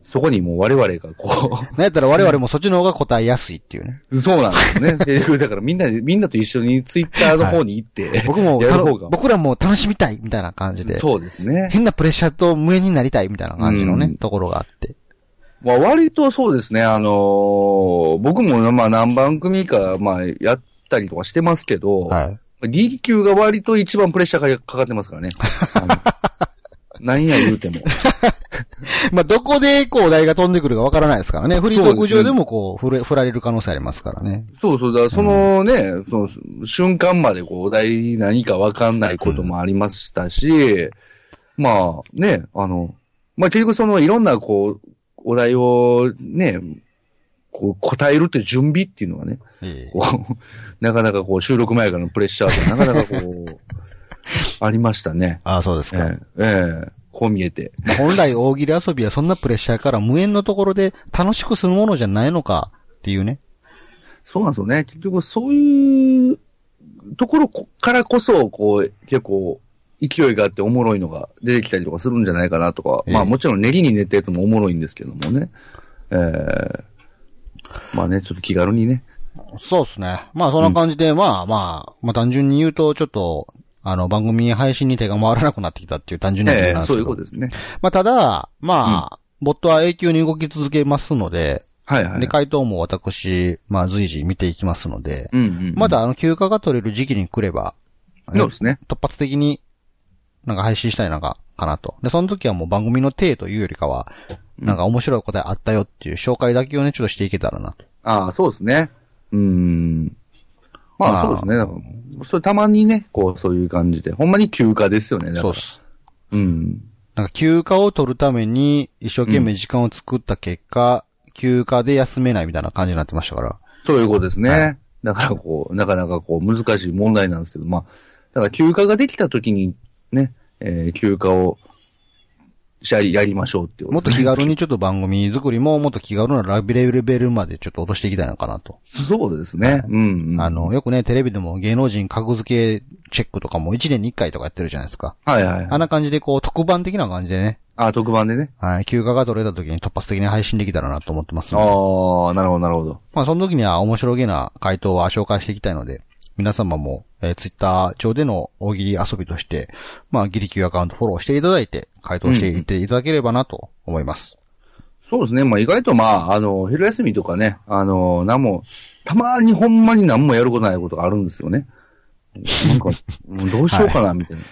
Speaker 2: そこにもう我々がこ
Speaker 1: なんやったら我々もそっちの方が答えやすいっていうね。
Speaker 2: う、 そうなんですね。でだからみんなで、みんなと一緒にツイッターの方に行って、
Speaker 1: 僕も、
Speaker 2: や
Speaker 1: た
Speaker 2: る方
Speaker 1: の
Speaker 2: が。
Speaker 1: 僕らも楽しみたいみたいな感じで。
Speaker 2: そうですね。
Speaker 1: 変なプレッシャーと無縁になりたいみたいな感じのね、
Speaker 2: うん
Speaker 1: ところがあって。
Speaker 2: まあ、割とそうですね、あのー僕もまあ何番組か、まあ、やったりとかしてますけど、
Speaker 1: はい。
Speaker 2: リー級が割と一番プレッシャーがかかってますからね。 何や言うても。
Speaker 1: まあ、どこで、こう、お題が飛んでくるかわからないですからね。フリートーク上でも、こう、振れ、振られる可能性ありますからね。
Speaker 2: そうそう、だからそのね、その瞬間までこうお題何かわかんないこともありましたし、まあね、あの、まあ結局そのいろんなこう、お題をね、こう答えるって準備っていうのがね、
Speaker 1: ええ。
Speaker 2: こう、 なかなかこう、収録前からのプレッシ ャーがなかなかこう、ありましたね。
Speaker 1: ああ、そうです
Speaker 2: え
Speaker 1: か。
Speaker 2: えええこう見えて。
Speaker 1: 本来大喜利遊びはそんなプレッシャーから無縁のところで楽しくするものじゃないのかっていうね。
Speaker 2: そうなんですよね。結局そういうところこからこそ、こう、結構、勢いがあっておもろいのが出てきたりとかするんじゃないかなとか、
Speaker 1: ええ
Speaker 2: まあもちろん練りに練ったやつもおもろいんですけどもね。ええまあね、ちょっと気軽にね。
Speaker 1: そうですね。まあそんな感じで、まあまあ、まあ単純に言うと、ちょっと、あの、番組配信に手が回らなくなってきたっていう単純な理由
Speaker 2: え
Speaker 1: なん
Speaker 2: え
Speaker 1: ですけ
Speaker 2: そう
Speaker 1: ど。
Speaker 2: いうことですね。
Speaker 1: まあただ、まあ、ボットは永久に動き続けますので、
Speaker 2: はいはい。
Speaker 1: で、回答も私、まあ随時見ていきますので、
Speaker 2: うんうん。
Speaker 1: まだあの休暇が取れる時期に来れば、
Speaker 2: そうですね。
Speaker 1: 突発的になんか配信したいなんか、かなと。で、その時はもう番組の体というよりかは、なんか面白い答えあったよっていう紹介だけをね、ちょっとしていけたらなと。
Speaker 2: ああ、そうですね。うーん。まあ、
Speaker 1: まあ
Speaker 2: そうですね。だからそれたまにね、こう、そういう感じで。ほんまに休暇ですよね。だから
Speaker 1: そうっ。す。
Speaker 2: うん。
Speaker 1: なんか休暇を取るために一生懸命時間を作った結果、休暇で休めないみたいな感じになってましたから。
Speaker 2: そういうことですね。
Speaker 1: は
Speaker 2: だからこう、なかなかこう、難しい問題なんですけど、まあ、だから休暇ができた時にね、えー休暇を、やり、やりましょうっていう
Speaker 1: も
Speaker 2: こ
Speaker 1: っと
Speaker 2: とです
Speaker 1: 気
Speaker 2: ね、
Speaker 1: 軽にちょっと番組作りももっと気軽なラレベルまでちょっと落としていきたいのかなと。
Speaker 2: そうですね。うん、うん。
Speaker 1: あ、の、よくね、テレビでも芸能人格付けチェックとかも1年に1回とかやってるじゃないですか。
Speaker 2: はいはい。
Speaker 1: あんな感じでこう特番的な感じでね、
Speaker 2: あ、特番でね。
Speaker 1: はい、休暇が取れた時に突発的に配信できたらなと思ってます
Speaker 2: あ
Speaker 1: ので。
Speaker 2: あ、なるほど、なるほど。
Speaker 1: まあその時には面白げな回答は紹介していきたいので、皆様も、えー、ツイッター上での大喜利遊びとして、まあギリ Q アカウントフォローしていただいて、回答していっていただければなと思います。
Speaker 2: そうですね。まあ、意外とまあ、あの、昼休みとかね、あの、なんも、たまにほんまに何もやることないことがあるんですよね。なんか、うんどうしようかな、みたいな。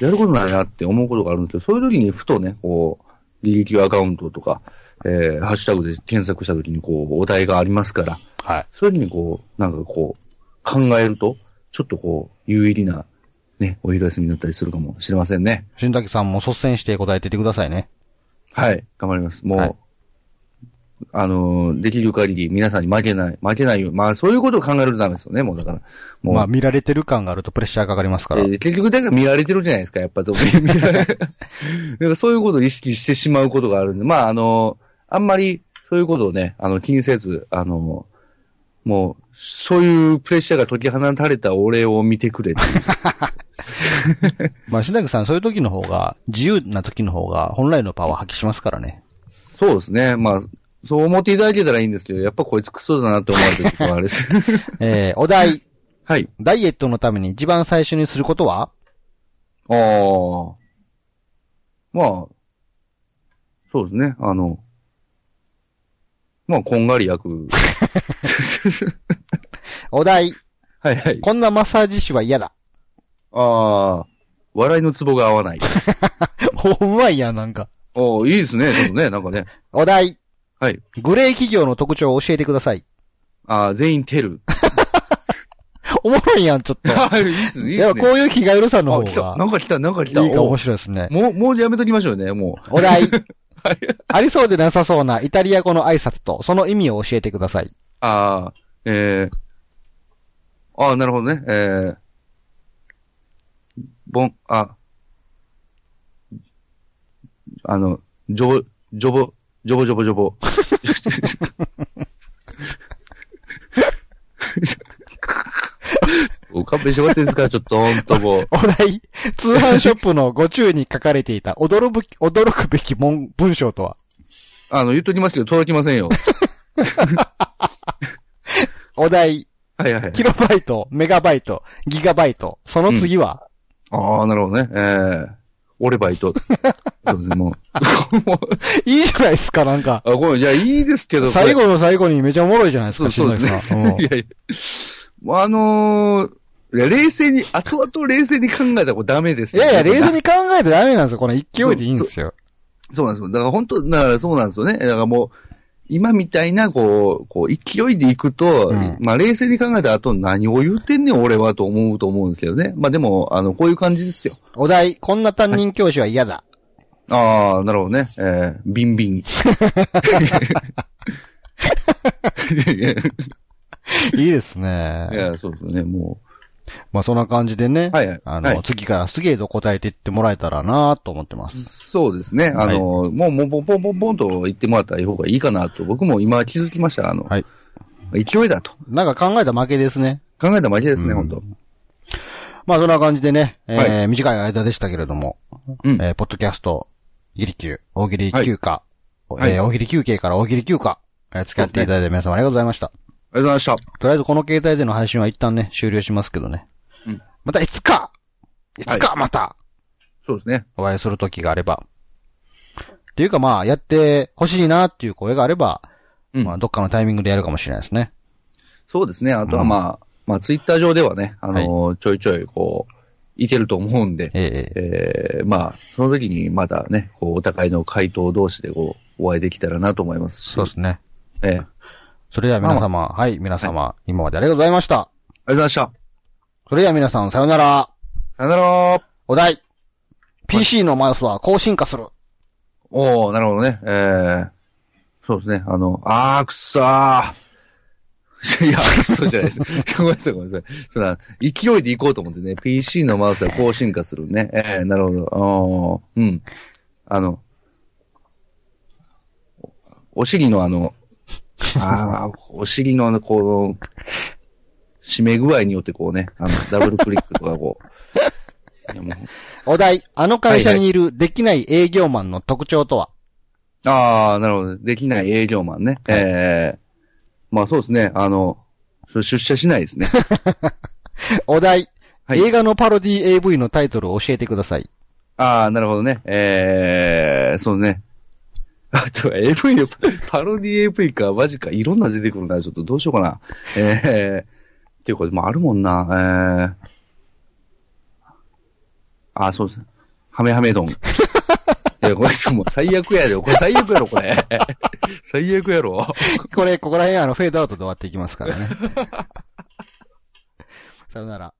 Speaker 2: やることないなって思うことがあるんですけど、そういう時にふとね、こう、履歴アカウントとか、えー、ハッシュタグで検索した時にこう、お題がありますから、
Speaker 1: はい。
Speaker 2: そういう時にこう、なんかこう、考えると、ちょっとこう、有意義な、ね、お昼休みになったりするかもしれませんね。
Speaker 1: 新崎さんも率先して答えていってくださいね。
Speaker 2: はい、頑張ります。もう、
Speaker 1: はい
Speaker 2: あのーできる限り皆さんに負けない、負けないように、まあそういうことを考えるとダメですよね、もうだから。もう、
Speaker 1: まあ見られてる感があるとプレッシャーかかりますから
Speaker 2: え。ー結局だから見られてるじゃないですか、やっぱ。見られだ からそういうことを意識してしまうことがあるんで、まああのーあんまりそういうことをね、あの、気にせず、あのーもう、そういうプレッシャーが解き放たれた俺を見てく れっていう。
Speaker 1: まあ新崎さんそういう時の方が、自由な時の方が本来のパワー発揮しますからね。
Speaker 2: そうですね。まあ、そう思っていただけたらいいんですけど、やっぱこいつクソだなって思われてることはあれ です。
Speaker 1: えー、お題。
Speaker 2: はい。
Speaker 1: ダイエットのために一番最初にすることは
Speaker 2: ああ。まあ、そうですね。あの、まあ、こんがり焼 く。
Speaker 1: お題。
Speaker 2: はいはい。
Speaker 1: こんなマッサージ師は嫌だ。
Speaker 2: ああ、笑いのツボが合わない。
Speaker 1: ほんまいや、なんか。
Speaker 2: おーいいですね。ちょっとね、なんかね。
Speaker 1: お題。
Speaker 2: はい。
Speaker 1: グレー企業の特徴を教えてください。
Speaker 2: ああ、全員テル。
Speaker 1: おもろいやん、ちょっと。
Speaker 2: はい、いいっすね。い
Speaker 1: い
Speaker 2: いっす
Speaker 1: や、
Speaker 2: ね。
Speaker 1: こういう気が許さんの方
Speaker 2: あ、来た。
Speaker 1: が、
Speaker 2: なんか来た、なんか
Speaker 1: い
Speaker 2: 来
Speaker 1: い
Speaker 2: た。
Speaker 1: か面
Speaker 2: お
Speaker 1: 白いですね。
Speaker 2: もう、もうやめときましょうね、もう。
Speaker 1: お 題。ありそうでなさそうなイタリア語の挨拶と、その意味を教えてください。
Speaker 2: ああ、えー、ああ、なるほどね。えー、ぼん、あ、あの、ジョボ、ジョボ、ジョボジョボジョボ。お勘弁してもらっていいですかちょっと、ほんともう。
Speaker 1: お題。通販ショップのご注意に書かれていた驚ぶき、驚くべき文文章とは
Speaker 2: あの、言っときますけど、届きませんよ。
Speaker 1: お題。
Speaker 2: はいはいはい。
Speaker 1: キロバイト、メガバイト、ギガバイト。その次は、
Speaker 2: ああ、なるほどね。えー、俺バイト。そうですね、もう。もう
Speaker 1: いいじゃないですか、なんか。
Speaker 2: あ、ごめん、いや、いいですけど、これ
Speaker 1: 最後の最後にめちゃおもろいじゃないです
Speaker 2: そ
Speaker 1: か、
Speaker 2: うそうです
Speaker 1: 新
Speaker 2: ね。
Speaker 1: 崎
Speaker 2: い
Speaker 1: さん
Speaker 2: やいや。まあ、あのーいや冷静に、後々冷静に考えたらこれダメです
Speaker 1: うんい
Speaker 2: ね、
Speaker 1: やいや、冷静
Speaker 2: に。
Speaker 1: に考えてダメなんですよ。この勢いでいいんですよ。
Speaker 2: そうなんですよ。だから本当、だからそうなんですよね。だからもう、今みたいな、こう、こう、勢いでいくと、
Speaker 1: うん
Speaker 2: まあ冷静に考えた後何を言うてんねん、俺はと思うと思うんですけどね。まあでも、あの、こういう感じですよ。
Speaker 1: お題、こんな担任教師は嫌だ。
Speaker 2: ああ、なるほどね。えー、ビン ビン。いやい
Speaker 1: い、いですね。
Speaker 2: やいや、そうですね、も
Speaker 1: まあそんな感じでね。
Speaker 2: う。はいはい。
Speaker 1: あの、
Speaker 2: はい
Speaker 1: 次から次へと答えていってもらえたらなと思ってます。
Speaker 2: そうですね。あの、もう、もう、ポンポンポンポンと言ってもらった方がいいかなと、僕も今気づきました。あの、
Speaker 1: はい
Speaker 2: 勢いだと。
Speaker 1: なんか考えた負けですね。
Speaker 2: 考えた負けですね、
Speaker 1: うん
Speaker 2: 本当
Speaker 1: まあそんな感じでね、えー
Speaker 2: は
Speaker 1: 短い間でしたけれども、
Speaker 2: うん
Speaker 1: えーポッドキャスト、ギリ級、大喜利休暇、
Speaker 2: はい
Speaker 1: えー大喜利休憩から大喜利休暇、えー付き合っていただいて皆様ありがとうございました。
Speaker 2: ありがとうございました。
Speaker 1: とりあえずこの携帯での配信は一旦ね、終了しますけどね。
Speaker 2: うん
Speaker 1: またいつかいつかまた
Speaker 2: そうですね。
Speaker 1: お会いする時があれば。っていうかまあ、やってほしいなっていう声があれば、
Speaker 2: うん
Speaker 1: まあ、どっかのタイミングでやるかもしれないですね。
Speaker 2: そうですね。あとは
Speaker 1: うん
Speaker 2: まあ、まあ、ツイッター上ではね、あの、ちょいちょい、こう、いてると思うんで、
Speaker 1: ええ
Speaker 2: えーまあ、その時にまたね、こうお互いの回答同士でこうお会いできたらなと思いますし。
Speaker 1: そうですね。
Speaker 2: ええありがと
Speaker 1: それでは皆様、はい、皆様、今までありがとうございました。
Speaker 2: うございました。
Speaker 1: それでは皆さん、さよなら。
Speaker 2: さよなら
Speaker 1: お題。PC のマウスは高進化する。
Speaker 2: おー、なるほどね。えー、そうですね。あの、あー、く そー。いや、くそじゃないです。 ごめんなさい、ごめんなさい。そら、勢いでいこうと思ってね、PC のマウスはこう進化するね。えー、なるほど。おー、うん。あの、おお尻のあの、あー、お尻のあのこう、締め具合によってこうね、あの、ダブルクリックとかこう。いやもう
Speaker 1: お題。あの会社にいるできない営業マンの特徴とは、
Speaker 2: ああ、なるほど。できない営業マンね。ええまあそうですね。あの、それ出社しないですね。
Speaker 1: お題。
Speaker 2: はい
Speaker 1: 映画のパロディ AV のタイトルを教えてください。
Speaker 2: ああ、なるほどね。ええそうね。あと、AV よ、パロディ AV か、マジか、いろんな出てくるな、ちょっとどうしようかな。ええっていうか、まああるもんな、ええああ、そうです。ハメハメ丼。いや、これ、もう最悪やで、これ最悪やろ、これ。最悪やろ。
Speaker 1: これ、ここら辺あの、フェードアウトで終わっていきますからね。さよなら。